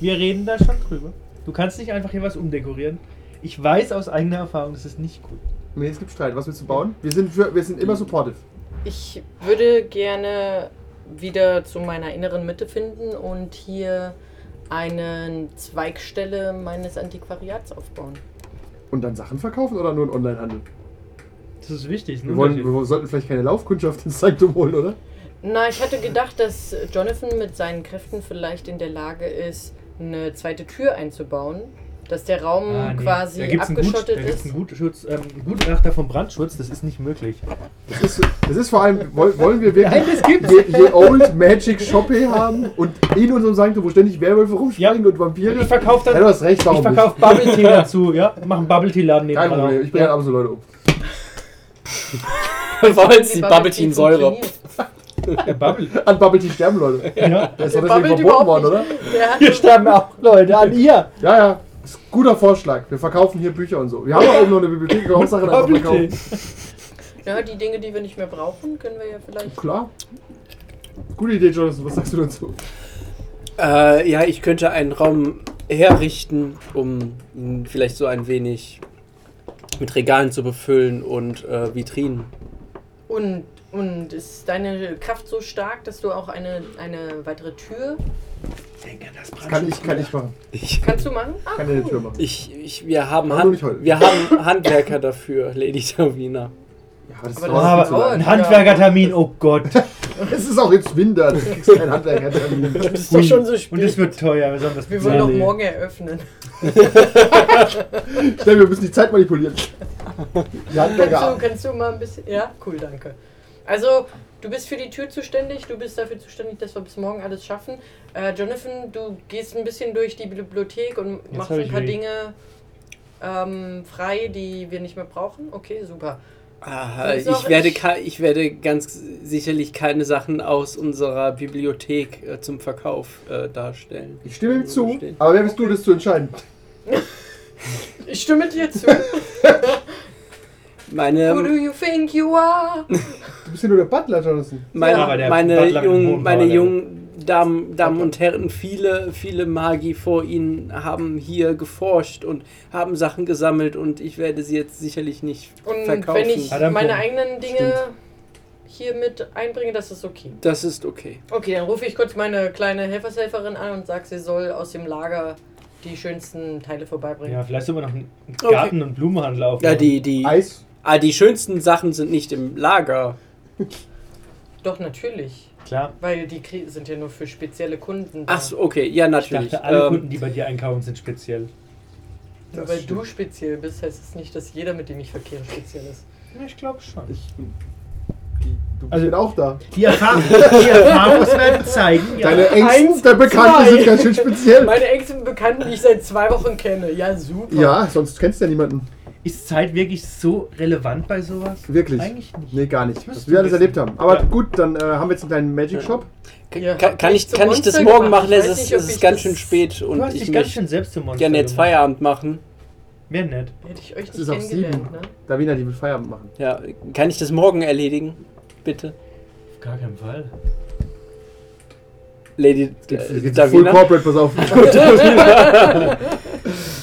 Speaker 3: Wir reden da schon drüber. Du kannst nicht einfach hier was umdekorieren. Ich weiß aus eigener Erfahrung, das ist nicht gut.
Speaker 4: Nee, es gibt Streit. Was willst du bauen? Wir sind, für, wir sind immer supportive.
Speaker 5: ich würde gerne wieder zu meiner inneren Mitte finden und hier eine Zweigstelle meines Antiquariats aufbauen.
Speaker 4: Und dann Sachen verkaufen oder nur einen Onlinehandel?
Speaker 3: Das ist wichtig. ne? ist ein
Speaker 4: Wir, wollen,
Speaker 3: Unterschied.
Speaker 4: wir sollten vielleicht keine Laufkundschaft ins Sanktum holen, oder?
Speaker 5: Na, ich hatte gedacht, dass Jonathan mit seinen Kräften vielleicht in der Lage ist, eine zweite Tür einzubauen, dass der Raum
Speaker 3: Ah, nee. da
Speaker 5: quasi
Speaker 3: gibt's einen Gut-
Speaker 5: abgeschottet
Speaker 3: Da gibt es
Speaker 5: ist.
Speaker 3: einen Gutschutz, ähm, einen Gutachter vom Brandschutz, das ist nicht möglich.
Speaker 4: Das ist, das ist vor allem, woll- wollen wir wirklich
Speaker 3: Nein, das gibt's.
Speaker 4: je, je Old Magic Shoppe haben und in unserem Sanktum, wo ständig Werwölfe rumspringen
Speaker 3: Ja.
Speaker 4: und Vampire.
Speaker 3: Ich verkaufe
Speaker 4: ja,
Speaker 3: dann
Speaker 4: du hast recht, warum
Speaker 3: ich verkaufe Bubble Tea dazu, ja? Mach einen Bubble Tea Laden
Speaker 4: nicht? Kein
Speaker 3: nebenan.
Speaker 4: Problem,
Speaker 3: auf.
Speaker 4: ich bringe dann abends Leute um.
Speaker 2: Wollt's die
Speaker 5: Wie
Speaker 2: Bubble Tea in Säure.
Speaker 5: funktioniert.
Speaker 3: Ja, Bubble.
Speaker 4: An Bubble Tea sterben
Speaker 3: [laughs]
Speaker 4: Leute.
Speaker 3: Ja.
Speaker 4: Das ist doch
Speaker 5: Der
Speaker 4: deswegen
Speaker 5: babbelt
Speaker 4: verboten
Speaker 5: überhaupt
Speaker 4: worden, oder?
Speaker 5: nicht. Der hat
Speaker 3: Hier sterben auch Leute an ihr.
Speaker 4: Ja, ja. Ist ein guter Vorschlag. Wir verkaufen hier Bücher und so. Wir haben auch oben noch eine Bibliothek, wir Hauptsache einfach
Speaker 3: Bubble
Speaker 4: verkaufen.
Speaker 3: Tea.
Speaker 5: Ja, die Dinge, die wir nicht mehr brauchen, können wir ja vielleicht.
Speaker 4: Klar. Gute Idee, Jonathan. Was sagst du dazu?
Speaker 2: Äh, ja, ich könnte einen Raum herrichten, um ihn vielleicht so ein wenig mit Regalen zu befüllen und äh, Vitrinen.
Speaker 5: Und, und ist deine Kraft so stark, dass du auch eine, eine weitere Tür
Speaker 4: Kann ich, kann ich machen.
Speaker 2: Ich,
Speaker 5: kannst du machen? Ah,
Speaker 4: Kann in der Tür machen.
Speaker 2: ich, ich, wir haben,
Speaker 4: Aber
Speaker 2: Hand,
Speaker 4: nicht heute.
Speaker 2: wir haben [laughs] Handwerker dafür, Lady Davina.
Speaker 4: Ja, das
Speaker 5: Ah, Aber
Speaker 4: dauert viel zu
Speaker 5: das ist auch-
Speaker 4: lange.
Speaker 3: Aber ein Handwerkertermin, oh Gott.
Speaker 4: Es ist auch jetzt Winter, du kriegst keinen
Speaker 5: [laughs]
Speaker 4: Handwerker.
Speaker 5: Das ist doch schon so
Speaker 3: Und es
Speaker 5: spät.
Speaker 3: wird teuer, wir sollen das
Speaker 5: Wir wollen
Speaker 3: Ja,
Speaker 5: doch
Speaker 3: nee. [laughs]
Speaker 5: morgen eröffnen.
Speaker 4: Schnell, wir müssen die Zeit manipulieren. Die
Speaker 5: Kannst
Speaker 4: Handwerker.
Speaker 5: du, kannst du mal ein bisschen. Ja, cool, danke. Also, du bist für die Tür zuständig, du bist dafür zuständig, dass wir bis morgen alles schaffen. Äh, Jonathan, du gehst ein bisschen durch die Bibliothek und machst
Speaker 3: hab
Speaker 5: ein
Speaker 3: ich
Speaker 5: paar
Speaker 3: weh.
Speaker 5: Dinge ähm, frei, die wir nicht mehr brauchen. Okay, super.
Speaker 2: Ah,
Speaker 5: Sonst noch
Speaker 2: ich, werde
Speaker 5: ich-
Speaker 2: ke- ich werde ganz sicherlich keine Sachen aus unserer Bibliothek äh, zum Verkauf äh, darstellen.
Speaker 4: Ich stimme ihm zu, aber wer bist du, um das zu entscheiden?
Speaker 5: Ich stimme
Speaker 2: [laughs]
Speaker 5: dir zu.
Speaker 2: Meine,
Speaker 5: Who do you think you are?
Speaker 4: Du bist ja nur der Butler, Jonathan.
Speaker 2: Meine,
Speaker 3: Ja, aber der
Speaker 2: meine,
Speaker 3: Butler mit dem
Speaker 2: jungen,
Speaker 3: hohen
Speaker 2: meine
Speaker 3: Power-Level.
Speaker 2: jungen Damen, Damen und Herren, viele, viele Magi vor Ihnen haben hier geforscht und haben Sachen gesammelt und ich werde sie jetzt sicherlich nicht
Speaker 5: Und
Speaker 2: verkaufen.
Speaker 5: wenn ich
Speaker 3: Hat er einen
Speaker 5: meine
Speaker 3: Punkt.
Speaker 5: eigenen Dinge hier mit einbringe, das ist okay.
Speaker 2: das ist okay.
Speaker 5: Okay, dann rufe ich kurz meine kleine Helfershelferin an und sage, sie soll aus dem Lager die schönsten Teile vorbeibringen.
Speaker 3: Ja, vielleicht soll man noch einen Garten- und Blumenhandel aufmachen.
Speaker 2: Ja, die, die,
Speaker 4: Eis?
Speaker 2: ah, die schönsten Sachen sind nicht im Lager.
Speaker 5: Doch, natürlich.
Speaker 3: Klar.
Speaker 5: Weil die krie- sind ja nur für spezielle Kunden. da.
Speaker 2: Ach so, okay, ja,
Speaker 3: Ich
Speaker 2: natürlich.
Speaker 3: dachte, alle
Speaker 2: Ähm,
Speaker 3: Kunden, die bei dir einkaufen, sind speziell.
Speaker 5: Nur
Speaker 4: Das
Speaker 5: weil du
Speaker 4: stimmt.
Speaker 5: speziell bist, heißt es das nicht, dass jeder, mit dem ich verkehre, speziell ist.
Speaker 3: Ja, ich glaube schon.
Speaker 4: Ich, die, du
Speaker 3: Also-
Speaker 4: bist auch da.
Speaker 3: Die, Erfahrung, die Erfahrungswerte zeigen, ja.
Speaker 4: Deine
Speaker 5: Eins,
Speaker 4: engsten der Bekannten
Speaker 5: zwei.
Speaker 4: sind ganz schön speziell.
Speaker 5: Meine engsten Bekannten, die ich seit zwei Wochen kenne. Ja, super.
Speaker 4: Ja, sonst kennst du ja niemanden.
Speaker 3: Ist Zeit wirklich so relevant bei sowas?
Speaker 4: Wirklich.
Speaker 3: Eigentlich nicht.
Speaker 4: Nee, gar nicht.
Speaker 3: Das müsst
Speaker 4: Was wir
Speaker 3: du
Speaker 4: alles
Speaker 3: wissen.
Speaker 4: erlebt haben. Aber
Speaker 3: Ja.
Speaker 4: gut, dann äh, haben wir jetzt einen kleinen Magic Shop.
Speaker 5: Ja,
Speaker 2: kann, kann ich,
Speaker 5: zum
Speaker 2: kann ich das
Speaker 5: Monster
Speaker 2: morgen
Speaker 5: gemacht.
Speaker 2: machen? Es
Speaker 5: Ich weiß
Speaker 2: ist,
Speaker 5: nicht, ob
Speaker 2: es
Speaker 5: ich
Speaker 2: ist ganz
Speaker 5: das-
Speaker 2: schön spät
Speaker 3: Du
Speaker 2: und
Speaker 3: hast
Speaker 2: ich
Speaker 3: dich ganz
Speaker 2: möchte
Speaker 3: schön selbst zum Monster
Speaker 2: gerne jetzt
Speaker 3: gemacht.
Speaker 2: Feierabend machen.
Speaker 3: Mehr nicht.
Speaker 5: Hätte ich euch
Speaker 4: Es
Speaker 5: nicht
Speaker 4: ist auf sieben.
Speaker 5: kennengelernt, ne?
Speaker 4: Davina, die will Feierabend machen.
Speaker 2: Ja, kann ich das morgen erledigen? Bitte.
Speaker 3: Auf gar keinen Fall.
Speaker 2: Lady
Speaker 4: Jetzt
Speaker 2: äh,
Speaker 4: geht's full
Speaker 2: Davina.
Speaker 4: corporate, pass auf. [laughs]
Speaker 5: [laughs]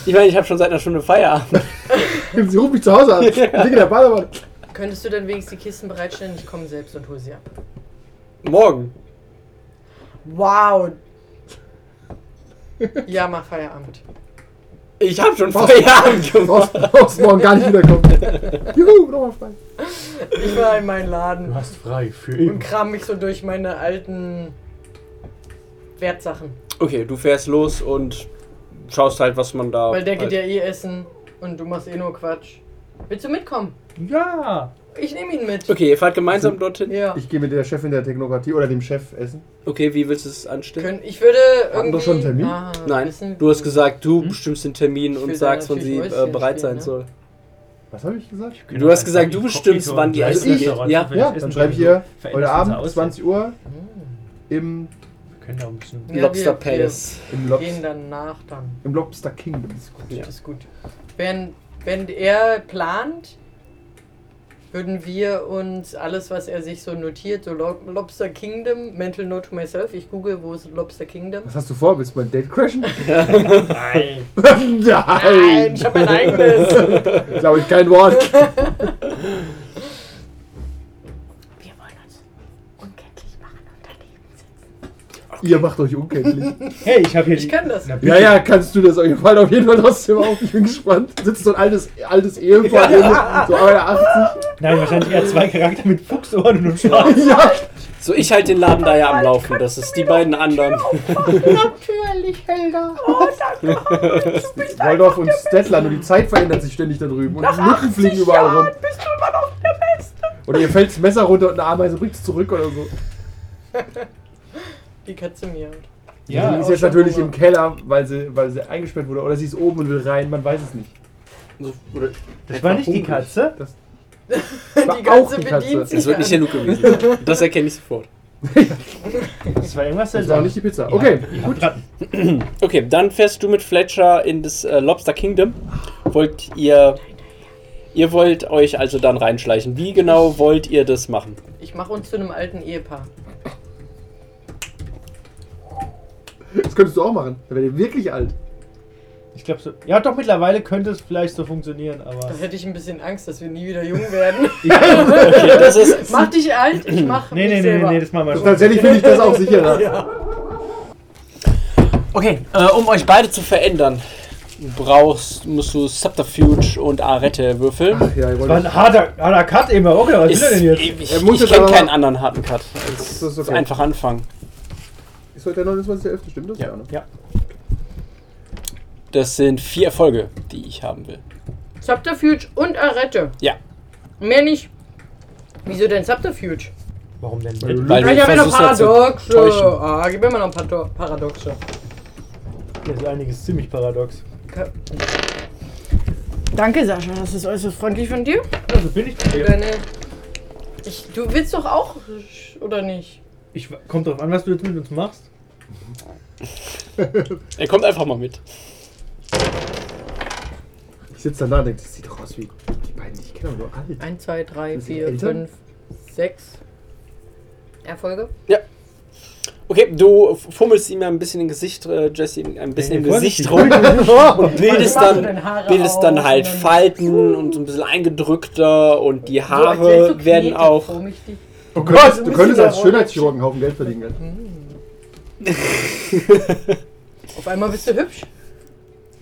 Speaker 2: Ich meine, ich habe schon seit einer Stunde Feierabend.
Speaker 4: Sie ruft mich zu Hause an. Ich liege in der Badewanne.
Speaker 5: Könntest du dann wenigstens die Kisten bereitstellen? Ich komme selbst und hole sie ab.
Speaker 2: Morgen.
Speaker 5: Wow. [laughs] Ja, mach Feierabend.
Speaker 2: Ich habe schon Feierabend
Speaker 4: Du brauchst,
Speaker 2: gemacht.
Speaker 4: brauchst morgen gar nicht wiederkommen.
Speaker 5: [laughs]
Speaker 4: Juhu, nochmal frei.
Speaker 5: Ich war in meinen Laden
Speaker 3: hast frei für
Speaker 5: und kram mich so durch meine alten Wertsachen.
Speaker 2: Okay, du fährst los und schaust halt, was man da.
Speaker 5: Weil der geht ja eh essen und du machst eh nur Quatsch. Willst du mitkommen?
Speaker 3: Ja.
Speaker 5: Ich nehme ihn mit.
Speaker 2: Okay, ihr fahrt gemeinsam dorthin.
Speaker 5: Ja. Ich,
Speaker 4: Ich gehe mit der Chefin der Technokratie oder dem Chef essen.
Speaker 2: Okay, wie willst du es anstellen?
Speaker 5: Könnt, ich würde irgendwie...
Speaker 4: doch schon einen Termin?
Speaker 5: Ah,
Speaker 2: Nein,
Speaker 5: wissen-
Speaker 2: du hast gesagt, du
Speaker 3: Hm?
Speaker 2: bestimmst den Termin
Speaker 5: Ich
Speaker 2: und
Speaker 5: will
Speaker 2: sagst,
Speaker 5: da
Speaker 2: wann sie
Speaker 5: natürlich
Speaker 2: äh,
Speaker 5: Mäuschen
Speaker 2: bereit sein
Speaker 5: spielen,
Speaker 2: soll.
Speaker 5: ne?
Speaker 4: Was habe ich gesagt?
Speaker 2: Du hast gesagt, du bestimmst, wann die
Speaker 3: Essen
Speaker 2: Essen geht. Ja.
Speaker 4: Ja, dann schreibe ich ihr heute Abend 20 Uhr
Speaker 5: Hm.
Speaker 4: im,
Speaker 3: Wir können da ein bisschen.
Speaker 5: Ja,
Speaker 2: Lobster
Speaker 5: wir-
Speaker 2: Palace.
Speaker 4: im,
Speaker 5: Wir
Speaker 4: Lobs,
Speaker 5: gehen danach dann.
Speaker 4: im Lobster Kingdom.
Speaker 2: Ja.
Speaker 5: Das ist gut. Wenn, wenn er plant, würden wir uns alles, was er sich so notiert, so Lo- Lobster Kingdom, Mental Note to Myself, ich google, wo ist Lobster Kingdom?
Speaker 4: Was hast du vor? Willst du mein Date
Speaker 5: [laughs]
Speaker 4: crashen? [laughs]
Speaker 3: [laughs] Nein.
Speaker 4: Nein!
Speaker 5: Nein, ich habe mein eigenes.
Speaker 4: Glaube ich kein Wort.
Speaker 5: [laughs] Wir wollen uns unkenntlich machen und daneben sitzen.
Speaker 4: Ihr macht euch unkenntlich.
Speaker 3: Hey, ich habe hier.
Speaker 5: Ich
Speaker 3: die-
Speaker 5: kann das.
Speaker 3: Na, bitte.
Speaker 4: Ja, ja, kannst du das auf jeden Fall auf jeden Fall aus dem auf. Ich bin gespannt. Sitzt so ein altes, altes Ehepaar, so einer 80.
Speaker 5: [laughs]
Speaker 3: Nein, wahrscheinlich eher zwei Charakter mit Fuchsohren und Schwarz.
Speaker 4: Ja,
Speaker 2: So, ich halte den Laden da ja am Laufen. Das ist die beiden anderen.
Speaker 4: Natürlich, Helga.
Speaker 5: Oh,
Speaker 4: Waldorf und Stettler, nur die Zeit verändert sich ständig da drüben. Und Mücken fliegen überall rum.
Speaker 5: bist du immer noch der Beste.
Speaker 4: Oder ihr fällt das Messer runter und eine Ameise bringt es zurück oder so.
Speaker 5: Die Katze miaut.
Speaker 4: Ja, die ist
Speaker 5: auch
Speaker 4: jetzt
Speaker 5: schon
Speaker 4: natürlich
Speaker 5: Hunger.
Speaker 4: im Keller, weil sie, weil sie eingesperrt wurde. Oder sie ist oben und will rein, man weiß es nicht.
Speaker 2: So, oder
Speaker 3: Das war nicht die Katze.
Speaker 5: [laughs]
Speaker 4: War
Speaker 5: Die Katze
Speaker 4: auch die
Speaker 5: bedient
Speaker 4: Katze.
Speaker 5: sich
Speaker 2: Das wird nicht der
Speaker 5: an.
Speaker 2: Luke gewesen sein. Das erkenne ich sofort.
Speaker 3: Das war irgendwas
Speaker 4: Das war auch nicht die Pizza. Okay,
Speaker 3: gut.
Speaker 2: Okay, dann fährst du mit Fletcher in das äh, Lobster Kingdom. Wollt ihr. Ihr wollt euch also dann reinschleichen. Wie genau wollt ihr das machen?
Speaker 5: Ich mache uns zu einem alten Ehepaar.
Speaker 4: das könntest du auch machen. Da werdet ihr wirklich alt.
Speaker 3: Ich glaube so. Ja, doch, mittlerweile könnte es vielleicht so funktionieren, aber.
Speaker 5: Da hätte ich ein bisschen Angst, dass wir nie wieder jung werden.
Speaker 2: Okay, das ist.
Speaker 5: mach dich alt, ich mach
Speaker 3: Nee,
Speaker 5: mich
Speaker 3: nee, nee,
Speaker 5: selber.
Speaker 3: nee, nee, das machen wir schon.
Speaker 4: Tatsächlich finde ich das auch ne? sicherer.
Speaker 2: Okay, äh, um euch beide zu verändern, brauchst, musst du Subterfuge und Arette würfeln.
Speaker 4: Ach ja, ihr
Speaker 3: Das war
Speaker 4: wollt
Speaker 3: ein harter, harter Cut eben. Okay, was
Speaker 2: Ist,
Speaker 3: will er denn jetzt?
Speaker 2: ich
Speaker 4: Er muss
Speaker 2: ich
Speaker 4: jetzt
Speaker 2: kenne
Speaker 4: aber-
Speaker 2: keinen anderen harten Cut.
Speaker 4: Das ist okay.
Speaker 2: Einfach anfangen.
Speaker 4: Ist heute der 29.11., stimmt das?
Speaker 2: Ja.
Speaker 4: ne?
Speaker 3: Ja.
Speaker 2: Das sind vier Erfolge, die ich haben will.
Speaker 5: Subterfuge und Arette.
Speaker 2: Ja.
Speaker 5: Mehr nicht. Wieso denn Subterfuge?
Speaker 3: Warum denn
Speaker 4: Weil du
Speaker 3: nicht?
Speaker 4: lügst.
Speaker 2: Weil
Speaker 5: Ich habe ja noch
Speaker 2: versuchst ja zu
Speaker 5: Paradoxe.
Speaker 2: täuschen.
Speaker 5: Ah, gib mir mal noch ein paar Do- Paradoxe.
Speaker 3: Das ist einiges ziemlich paradox.
Speaker 5: Ka- Danke, Sascha. Das ist äußerst freundlich von dir. ne?
Speaker 3: Also bin ich bei dir.
Speaker 5: Deine ich, du willst doch auch, sch- oder nicht?
Speaker 3: Ich, kommt drauf an, was du jetzt mit uns machst.
Speaker 2: Er kommt einfach mal mit.
Speaker 4: Ich sitze dann da und denke, das sieht doch aus wie die beiden, die ich kenne, aber nur alt.
Speaker 5: 1, 2, 3,
Speaker 4: Sind sie
Speaker 5: 4,
Speaker 4: älter?
Speaker 5: 5, 6 Erfolge.
Speaker 2: Ja. Okay, du fummelst ihm ein bisschen im Gesicht, äh, Jesse, ein bisschen im
Speaker 3: vorsichtig.
Speaker 2: Gesicht [laughs]
Speaker 3: [laughs]
Speaker 2: rum und bildest
Speaker 5: machst du
Speaker 2: dann,
Speaker 5: denn Haare
Speaker 2: bildest
Speaker 5: aus
Speaker 2: dann halt
Speaker 5: und dann-
Speaker 2: Falten und so ein bisschen eingedrückter und die
Speaker 5: So, als wär ich so
Speaker 2: Haare werden
Speaker 5: knetet,
Speaker 2: auch.
Speaker 5: warum ich die-
Speaker 4: Du könntest,
Speaker 5: du
Speaker 4: du
Speaker 5: bist
Speaker 4: könntest
Speaker 5: in der
Speaker 4: als Schönheitschirurgen Haufen Geld verdienen. Gell?
Speaker 5: Auf einmal bist du hübsch.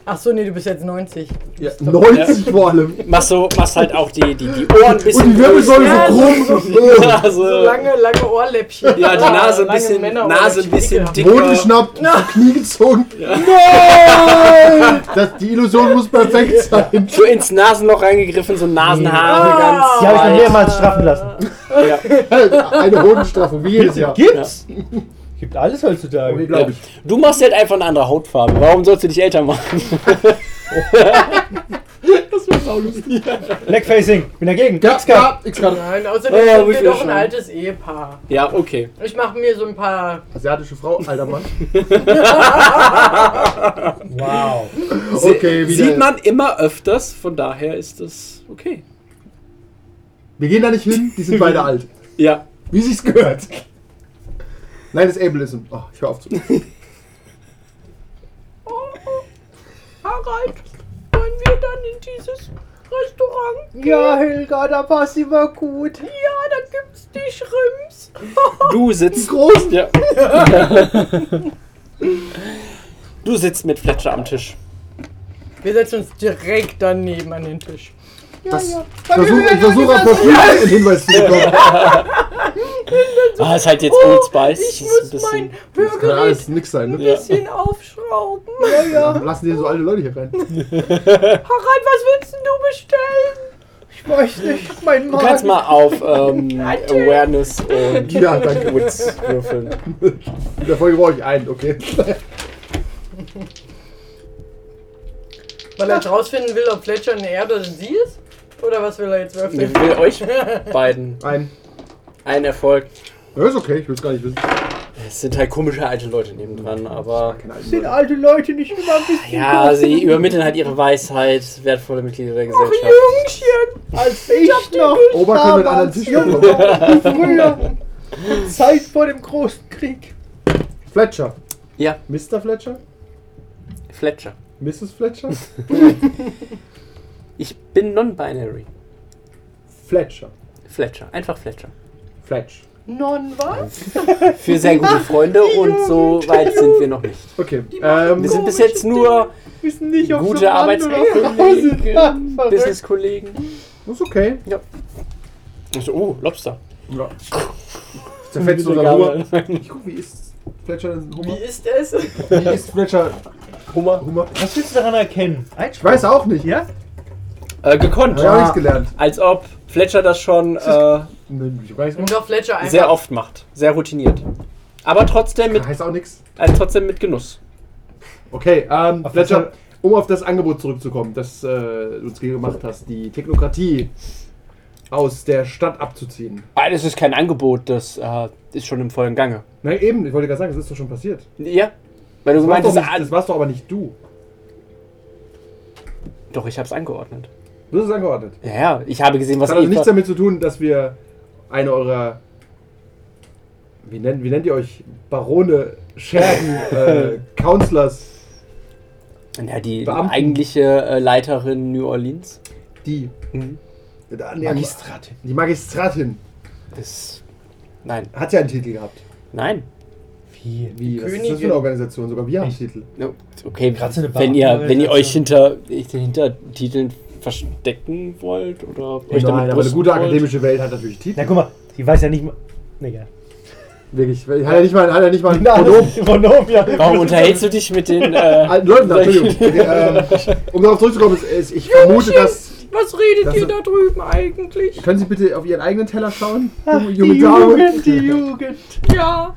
Speaker 5: Ach so, nee, du bist jetzt 90.
Speaker 4: Ja, 90 vor allem.
Speaker 2: Machst, so, machst halt auch die, die, die Ohren ein bisschen.
Speaker 4: Und die Wirbelsäule
Speaker 5: Ja,
Speaker 4: so
Speaker 5: so-
Speaker 2: [laughs]
Speaker 4: krumm.
Speaker 5: So
Speaker 2: Nase,
Speaker 5: lange, lange Ohrläppchen.
Speaker 2: ja, die Nase ein
Speaker 5: Lange
Speaker 2: bisschen,
Speaker 5: Männerohrläppchen.
Speaker 2: Nase ein bisschen
Speaker 5: Ekelhaft.
Speaker 2: dicker.
Speaker 4: Boden geschnappt, Knie gezogen. Nein! Das, die Illusion muss perfekt sein. [laughs]
Speaker 2: So ins Nasenloch reingegriffen, so Nasenhaare ganz.
Speaker 3: Die habe ich
Speaker 2: weit.
Speaker 3: noch mehrmals straffen lassen.
Speaker 2: Ja.
Speaker 4: Eine Hodenstraffung, wie jedes Jahr.
Speaker 3: Gibt's? Gibt alles
Speaker 4: Okay,
Speaker 3: heutzutage.
Speaker 4: glaub ich.
Speaker 2: Du machst halt einfach eine andere Hautfarbe. Warum sollst du dich älter machen?
Speaker 3: Blackfacing, bin dagegen.
Speaker 4: Ja,
Speaker 3: Gibt's gar.
Speaker 4: ja, ich gerade.
Speaker 5: Nein, außerdem
Speaker 2: Ja, ja,
Speaker 5: sind
Speaker 2: muss
Speaker 5: wir
Speaker 2: ich
Speaker 5: doch
Speaker 2: ja
Speaker 5: ein
Speaker 2: schon.
Speaker 5: altes Ehepaar.
Speaker 2: Ja, okay.
Speaker 5: Ich mache mir so ein paar.
Speaker 4: Asiatische Frau, alter Mann.
Speaker 3: Wow.
Speaker 4: Okay, wieder.
Speaker 2: Sieht man immer öfters, von daher ist das okay.
Speaker 4: Wir gehen da nicht hin, die sind beide alt.
Speaker 2: Ja.
Speaker 4: Wie sich's gehört. Nein, das ist Ableism. Oh, ich hör auf zu.
Speaker 5: Harald, wollen wir dann in dieses Restaurant?
Speaker 3: Ja, Helga, da war's immer gut.
Speaker 5: Ja, da gibt's die Schrimps.
Speaker 2: Du sitzt.
Speaker 4: Groß!
Speaker 5: [laughs]
Speaker 2: Ja. Du sitzt mit Fletcher am Tisch.
Speaker 5: Wir setzen uns direkt daneben an den Tisch.
Speaker 4: Das, versuch, ich versuche auf das einen Hinweis zu bekommen.
Speaker 2: Ah, ist halt jetzt Old Spice.
Speaker 5: Oh,
Speaker 2: ist
Speaker 5: Ich
Speaker 2: ein
Speaker 5: muss
Speaker 2: bisschen-
Speaker 5: mein
Speaker 4: Das kann
Speaker 5: Hörgerät
Speaker 4: alles nix sein, ne?
Speaker 5: ein bisschen aufschrauben.
Speaker 4: Warum lassen die denn so alte Leute hier rein?
Speaker 5: Harald, was willst denn du bestellen?
Speaker 3: Ich weiß nicht, mein
Speaker 2: Du kannst mal auf
Speaker 5: [laughs]
Speaker 2: ähm, Awareness und
Speaker 4: Ja, danke.
Speaker 2: Wits würfeln.
Speaker 4: In der Folge brauche ich einen, okay. [laughs]
Speaker 5: Weil er jetzt rausfinden will, ob Fletcher eine Erde oder sie ist? Oder was will er jetzt
Speaker 2: Ich
Speaker 5: würfeln?
Speaker 2: will euch beiden
Speaker 4: Ein.
Speaker 2: einen Erfolg.
Speaker 4: Ja, ist okay, ich will's gar nicht wissen.
Speaker 2: Es sind halt komische alte Leute nebendran, aber.
Speaker 4: Keine
Speaker 3: Sind
Speaker 4: Ahnung.
Speaker 3: alte Leute nicht immer ein bisschen
Speaker 2: Ja, sie übermitteln halt ihre Weisheit, wertvolle Mitglieder der
Speaker 5: Ach,
Speaker 2: Gesellschaft.
Speaker 5: Jungchen!
Speaker 3: als ich noch
Speaker 4: Ober kann mit anderen Tisch bekommen.
Speaker 3: damals jung war. Früher. Zeit vor dem großen Krieg.
Speaker 4: Fletcher.
Speaker 2: Ja,
Speaker 4: Mr. Fletcher?
Speaker 2: Fletcher.
Speaker 4: Mrs.
Speaker 2: [laughs]
Speaker 4: Fletcher?
Speaker 2: Ich bin non-binary.
Speaker 4: Fletcher.
Speaker 2: Fletcher, einfach Fletcher.
Speaker 4: Fletch.
Speaker 5: Non was?
Speaker 2: Für sehr gute Freunde und so weit sind wir noch nicht.
Speaker 4: Okay. Ähm,
Speaker 2: Wir sind bis jetzt nur
Speaker 3: Wissen nicht, ob
Speaker 2: Gute
Speaker 3: sie Mann
Speaker 2: Arbeitskollegen.
Speaker 3: oder Frau sind. Verrückt.
Speaker 2: Business-Kollegen.
Speaker 4: ist okay.
Speaker 2: Ich so, oh, Lobster.
Speaker 4: Ja. Zerfetzt unser Hummer. Ich guck, wie ist Fletcher denn
Speaker 5: Wie
Speaker 4: Hummer?
Speaker 5: ist es? [laughs]
Speaker 4: Wie ist Fletcher
Speaker 2: Hummer.
Speaker 4: Hummer?
Speaker 3: Was willst du daran erkennen?
Speaker 4: Ich weiß auch nicht.
Speaker 3: Ja?
Speaker 2: Äh, gekonnt.
Speaker 4: Hab ich auch nichts gelernt.
Speaker 2: Als ob Fletcher das schon äh,
Speaker 4: Nö, Ich weiß
Speaker 5: Und doch Fletcher einfach.
Speaker 2: sehr oft macht. Sehr routiniert. Aber trotzdem mit,
Speaker 4: Heißt auch nichts.
Speaker 2: äh, trotzdem mit Genuss.
Speaker 4: Okay, ähm,
Speaker 3: Auf
Speaker 4: Fletcher, um auf das Angebot zurückzukommen, das äh, du uns gemacht hast, die Technokratie aus der Stadt abzuziehen.
Speaker 2: Ah, das ist kein Angebot, das äh, ist schon im vollen Gange.
Speaker 4: Na eben, ich wollte gerade sagen, das ist doch schon passiert.
Speaker 2: Ja? Weil du
Speaker 4: Das warst, doch,
Speaker 2: meintest,
Speaker 4: nicht,
Speaker 2: ah,
Speaker 4: das warst doch aber nicht du.
Speaker 2: doch, ich hab's angeordnet.
Speaker 4: Du hast es angeordnet.
Speaker 2: Ja, ja, ich habe gesehen, was
Speaker 4: Das hat also
Speaker 2: Eva-
Speaker 4: nichts damit zu tun, dass wir eine eurer. Wie nennt, wie nennt ihr euch? Barone,
Speaker 2: [laughs]
Speaker 4: Schergen, äh, Counselors,
Speaker 2: Ja, die
Speaker 4: Beamten.
Speaker 2: eigentliche äh, Leiterin New Orleans.
Speaker 4: die.
Speaker 2: Mhm.
Speaker 4: die Magistratin. Die Magistratin
Speaker 2: Das. Nein.
Speaker 4: hat ja einen Titel gehabt.
Speaker 2: Nein.
Speaker 3: Wie?
Speaker 4: Wie? Was ist das für
Speaker 5: Königin.
Speaker 4: eine Organisation? Sogar wir haben einen Titel.
Speaker 2: No, Okay,
Speaker 3: Gerade so eine
Speaker 2: wenn ihr, wenn ihr euch hinter,
Speaker 3: Beamtenorganisation.
Speaker 2: hinter Titeln verstecken wollt oder euch damit
Speaker 4: Nein, aber eine
Speaker 2: brüsten
Speaker 4: gute
Speaker 2: wollt.
Speaker 4: akademische Welt hat natürlich
Speaker 3: Na
Speaker 4: Titel.
Speaker 3: guck mal, die weiß ja nicht mal. Nee, ja.
Speaker 4: Wirklich. Hat er nicht mal, hat er nicht mal ein Pronomen.
Speaker 3: [laughs] Pronomen, ja.
Speaker 2: Warum unterhältst du dich mit
Speaker 4: [laughs]
Speaker 2: den. Äh,
Speaker 4: Alten Leuten, Entschuldigung.
Speaker 2: [laughs]
Speaker 4: Okay, ähm, um darauf zurückzukommen, ist, ist, ich vermute, dass.
Speaker 5: Was redet
Speaker 4: Das
Speaker 5: ihr
Speaker 4: ist-
Speaker 5: da drüben eigentlich?
Speaker 4: Können Sie bitte auf Ihren eigenen Teller schauen? Junge
Speaker 3: Die Jugend, die Jugend.
Speaker 5: Ja.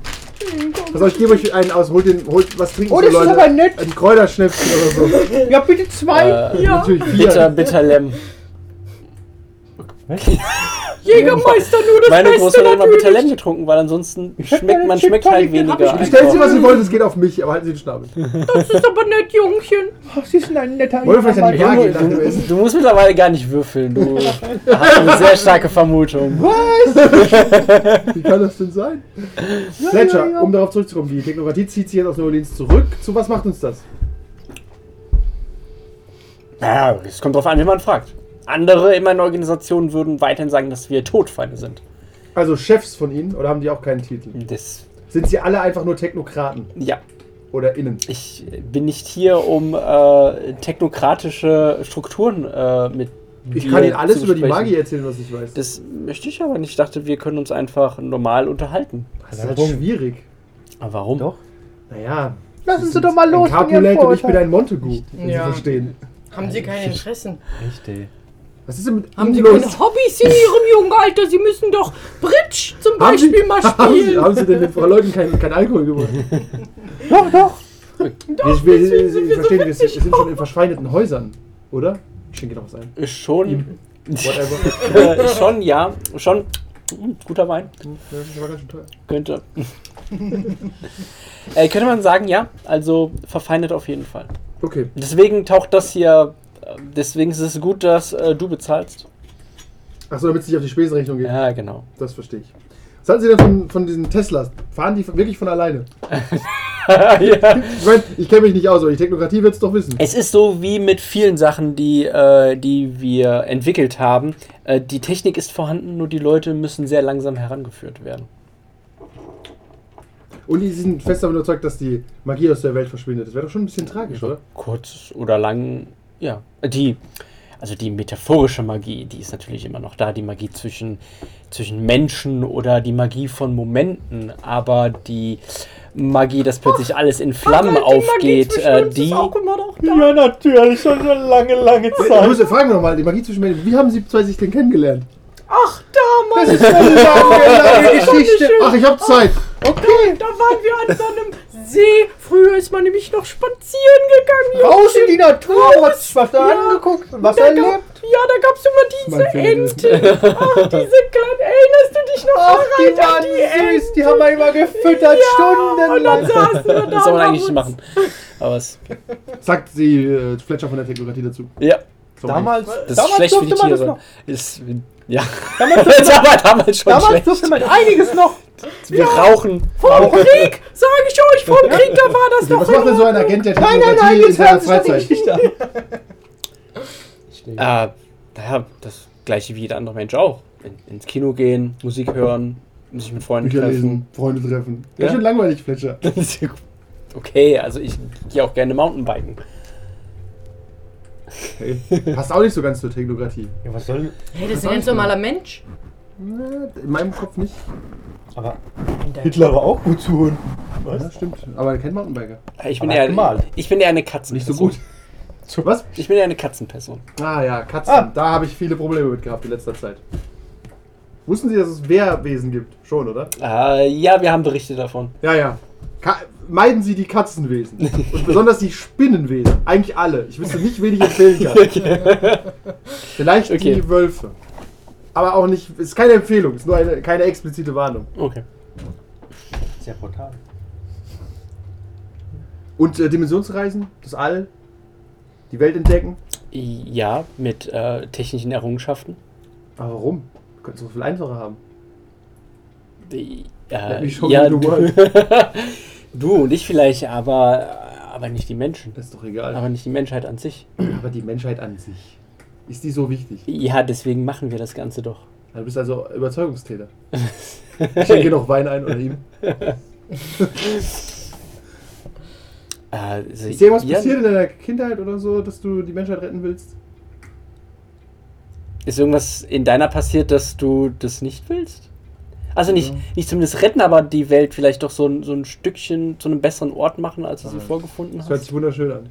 Speaker 4: Pass auf, ich gebe euch einen aus. Holt, den, holt was trinken
Speaker 3: Oh,
Speaker 4: so
Speaker 3: das ist
Speaker 4: Leute.
Speaker 3: aber nett.
Speaker 4: Ein Kräuterschnäpschen oder
Speaker 3: [laughs]
Speaker 4: so.
Speaker 3: Ja, bitte zwei.
Speaker 2: äh,
Speaker 5: Ja.
Speaker 4: Natürlich vier.
Speaker 2: bitter, bitter Lem.
Speaker 5: Jägermeister nur das
Speaker 2: Meine
Speaker 5: Beste
Speaker 2: Großmutter hat immer
Speaker 5: natürlich.
Speaker 2: Vitalen getrunken, weil ansonsten schmeckt man schmeckt halt weniger.
Speaker 4: Bestellt sie, was sie wollen, es geht auf mich, aber halten Sie den Schnabel.
Speaker 5: Das ist aber nett, Jungchen.
Speaker 3: Ach, sie sind ein netter
Speaker 4: Wollen wir vielleicht
Speaker 3: Mann.
Speaker 4: an die Waage
Speaker 2: Du, du, du musst mittlerweile gar nicht würfeln.
Speaker 4: [laughs]
Speaker 2: Du hast eine sehr starke Vermutung.
Speaker 4: Wie kann das denn sein? Fletcher, um darauf zurückzukommen, die Technokratie zieht sich jetzt aus New Orleans zurück. Zu was macht uns das?
Speaker 2: Naja, es kommt drauf an, wen man fragt. Andere in meinen Organisationen würden weiterhin sagen, dass wir Todfeinde sind.
Speaker 4: Also Chefs von ihnen oder haben die auch keinen Titel?
Speaker 2: Das,
Speaker 4: Sind sie alle einfach nur Technokraten
Speaker 2: ja,
Speaker 4: oder innen?
Speaker 2: ich bin nicht hier, um äh, technokratische Strukturen äh, mit.
Speaker 4: Ich
Speaker 2: dir
Speaker 4: kann Ihnen alles
Speaker 2: zu
Speaker 4: über die
Speaker 2: besprechen.
Speaker 4: Magie erzählen, was ich weiß.
Speaker 2: Das möchte ich aber nicht. Ich dachte, wir können uns einfach normal unterhalten.
Speaker 4: Das ist halt schwierig.
Speaker 2: Aber warum? Doch.
Speaker 4: Naja,
Speaker 3: Lassen Sie doch mal los
Speaker 4: ein
Speaker 3: von Ihrem
Speaker 4: Capulet und ich bin
Speaker 3: Vorurteil.
Speaker 4: ein Montegu, wenn
Speaker 5: Ja.
Speaker 4: Sie verstehen.
Speaker 5: Haben Sie keine Interessen?
Speaker 6: Richtig.
Speaker 4: Was ist denn mit
Speaker 5: Haben
Speaker 4: Ihnen
Speaker 5: Sie
Speaker 4: los?
Speaker 5: keine Hobbys in Ihrem jungen Alter? Sie müssen doch Bridge zum
Speaker 4: Haben Sie-
Speaker 5: Beispiel
Speaker 4: [laughs]
Speaker 5: mal
Speaker 4: haben, Sie,
Speaker 5: spielen.
Speaker 4: haben Sie denn den Frau Leuten keinen kein Alkohol gemacht?
Speaker 3: Doch, doch.
Speaker 4: Doch, wir, wir, Sie
Speaker 5: sind wir so
Speaker 4: verstehen, wir sind,
Speaker 5: witzig.
Speaker 4: wir sind schon in verschweineten Häusern, oder? Ich schenke noch was ein.
Speaker 2: Ist schon,
Speaker 4: Whatever.
Speaker 2: äh, schon, ja, schon. Mm, Guter Wein.
Speaker 4: das war ganz schön teuer. [laughs]
Speaker 2: Könnte. äh, könnte man sagen, ja. Also verfeindet auf jeden Fall.
Speaker 4: Okay.
Speaker 2: Deswegen taucht das hier. äh, Deswegen ist es gut, dass äh, du bezahlst.
Speaker 4: Achso, damit es nicht auf die Spesenrechnung geht.
Speaker 2: Ja, genau.
Speaker 4: Das verstehe ich. Was halten Sie denn von, von diesen Teslas? Fahren die wirklich von alleine?
Speaker 2: [laughs] ja.
Speaker 4: Ich meine, ich kenne mich nicht aus, aber die Technokratie wird es doch wissen.
Speaker 2: Es ist so wie mit vielen Sachen, die, äh, die wir entwickelt haben. Äh, die Technik ist vorhanden, nur die Leute müssen sehr langsam herangeführt werden.
Speaker 4: Und die sind fest davon überzeugt, dass die Magie aus der Welt verschwindet. Das wäre doch schon ein bisschen tragisch, oder?
Speaker 2: Kurz oder lang, ja. Die, also die metaphorische Magie, die ist natürlich immer noch da, die Magie zwischen, zwischen Menschen oder die Magie von Momenten, aber die Magie, dass plötzlich alles in Flammen
Speaker 5: Halt die Magie
Speaker 2: aufgeht,
Speaker 5: zwischen
Speaker 2: äh,
Speaker 5: uns ist
Speaker 2: die.
Speaker 5: auch immer noch da.
Speaker 3: Ja, natürlich, schon eine lange, lange
Speaker 4: Ja,
Speaker 3: Zeit.
Speaker 4: Josef, fragen wir nochmal, die Magie zwischen Menschen, wie haben Sie zwei sich denn kennengelernt?
Speaker 5: Ach,
Speaker 4: [laughs]
Speaker 5: damals,
Speaker 4: Das ist [laughs] eine lange, lange Geschichte.
Speaker 5: Wunderschön.
Speaker 4: Ach, ich Oh. habe Zeit. Okay.
Speaker 5: da waren wir an so einem See. Früher ist man nämlich noch spazieren gegangen.
Speaker 3: Raus in die Natur,
Speaker 5: Raus,
Speaker 3: hat's was da
Speaker 5: ja.
Speaker 3: angeguckt, was
Speaker 5: Da gab,
Speaker 3: erlebt.
Speaker 5: ja, da gab es immer
Speaker 4: Mein Favorit.
Speaker 5: diese Enten. Ach, diese kleinen. Erinnerst du dich noch
Speaker 3: Ach, die
Speaker 5: Harald, an
Speaker 3: waren süß, die haben wir immer gefüttert,
Speaker 5: Und dann
Speaker 3: stundenlang.
Speaker 5: saßen wir
Speaker 2: Das soll
Speaker 5: da. und
Speaker 2: man
Speaker 5: haben
Speaker 2: eigentlich nicht
Speaker 5: uns-
Speaker 2: machen. Aber es,
Speaker 4: Sagt sie äh, Fletcher von der Technokratie dazu.
Speaker 2: ja,
Speaker 4: Sorry.
Speaker 3: Damals,
Speaker 2: das ist
Speaker 3: damals
Speaker 2: schlecht für die
Speaker 3: durfte man das
Speaker 2: Tiere.
Speaker 3: noch.
Speaker 2: Ist, ja, [laughs]
Speaker 3: Damals,
Speaker 2: das war damals schon
Speaker 3: damals
Speaker 2: schlecht.
Speaker 3: durfte man einiges noch.
Speaker 2: Wir rauchen.
Speaker 5: Vom Krieg, sage ich euch, vom Krieg, da war
Speaker 4: [laughs]
Speaker 5: das noch.
Speaker 4: Was macht denn so ein Agent der
Speaker 3: Nein,
Speaker 4: Technokratie
Speaker 3: nein, nein,
Speaker 4: in
Speaker 3: jetzt hören
Speaker 4: seiner
Speaker 3: Sie doch die
Speaker 4: Freizeit?
Speaker 3: Geschichte an.
Speaker 2: Äh, naja, das gleiche wie jeder andere Mensch auch. In, ins Kino gehen, Musik hören, sich mit Freunden
Speaker 4: Bücher
Speaker 2: treffen. [laughs]
Speaker 4: lesen, Freunde treffen.
Speaker 2: Ja.
Speaker 4: Ganz schön langweilig, Fletcher.
Speaker 2: okay, also ich gehe auch gerne Mountainbiken.
Speaker 4: Passt auch nicht so ganz zur Technokratie.
Speaker 6: Ja, was soll
Speaker 5: Hey, das ist ein ganz normaler Mensch.
Speaker 4: Na, In meinem Kopf nicht.
Speaker 6: Aber
Speaker 3: Hitler war auch gut zu hören.
Speaker 4: Ja, stimmt. Aber kein Mountainbiker.
Speaker 2: Äh, Ich bin,
Speaker 6: Aber
Speaker 2: eher,
Speaker 6: gemalt.
Speaker 2: ich bin eher eine Katzenperson.
Speaker 4: Nicht so gut. Was?
Speaker 2: Ich bin eher eine Katzenperson.
Speaker 4: Ah ja, Katzen.
Speaker 3: Ah.
Speaker 4: Da habe ich viele Probleme mit gehabt in letzter Zeit. Wussten Sie, dass es Wehrwesen gibt? Schon, oder?
Speaker 2: Äh, ja, wir haben Berichte davon. [laughs]
Speaker 4: Ja, ja. Ka meiden Sie
Speaker 3: [laughs]
Speaker 4: die Katzenwesen. Und besonders die Spinnenwesen. Eigentlich alle. Ich wüsste nicht, wen ich empfehlen
Speaker 3: [laughs]
Speaker 4: kann. Vielleicht
Speaker 2: Okay.
Speaker 4: die Wölfe. Aber auch nicht. Ist keine Empfehlung, ist nur eine, keine explizite Warnung.
Speaker 2: Okay.
Speaker 6: sehr brutal.
Speaker 4: Und äh, Dimensionsreisen, das All, die Welt entdecken.
Speaker 2: Ja, mit äh, technischen Errungenschaften.
Speaker 4: Aber warum? Wir könnten es doch viel einfacher haben.
Speaker 2: Die,
Speaker 4: Let
Speaker 2: äh,
Speaker 4: me show
Speaker 2: ja,
Speaker 4: you the
Speaker 2: du,
Speaker 4: world.
Speaker 2: [laughs] du und ich vielleicht, aber, aber nicht die Menschen.
Speaker 4: Das ist doch egal.
Speaker 2: Aber nicht die Menschheit an sich.
Speaker 4: [clears throat] Aber die Menschheit an sich. Ist die so wichtig?
Speaker 2: Ja, deswegen machen wir das Ganze doch.
Speaker 4: Du bist also
Speaker 2: [laughs]
Speaker 4: Überzeugungstäter. Ich schenke noch Wein ein oder ihm.
Speaker 2: Äh, also,
Speaker 4: Ist dir irgendwas
Speaker 2: ja,
Speaker 4: passiert in deiner Kindheit oder so, dass du die Menschheit retten willst?
Speaker 2: Ist irgendwas in deiner passiert, dass du das nicht willst? Also nicht, nicht zumindest retten, aber die Welt vielleicht doch so ein, so ein Stückchen zu einem besseren Ort machen, als du sie
Speaker 4: Nein.
Speaker 2: vorgefunden
Speaker 4: Das hört
Speaker 2: hast.
Speaker 4: sich wunderschön an.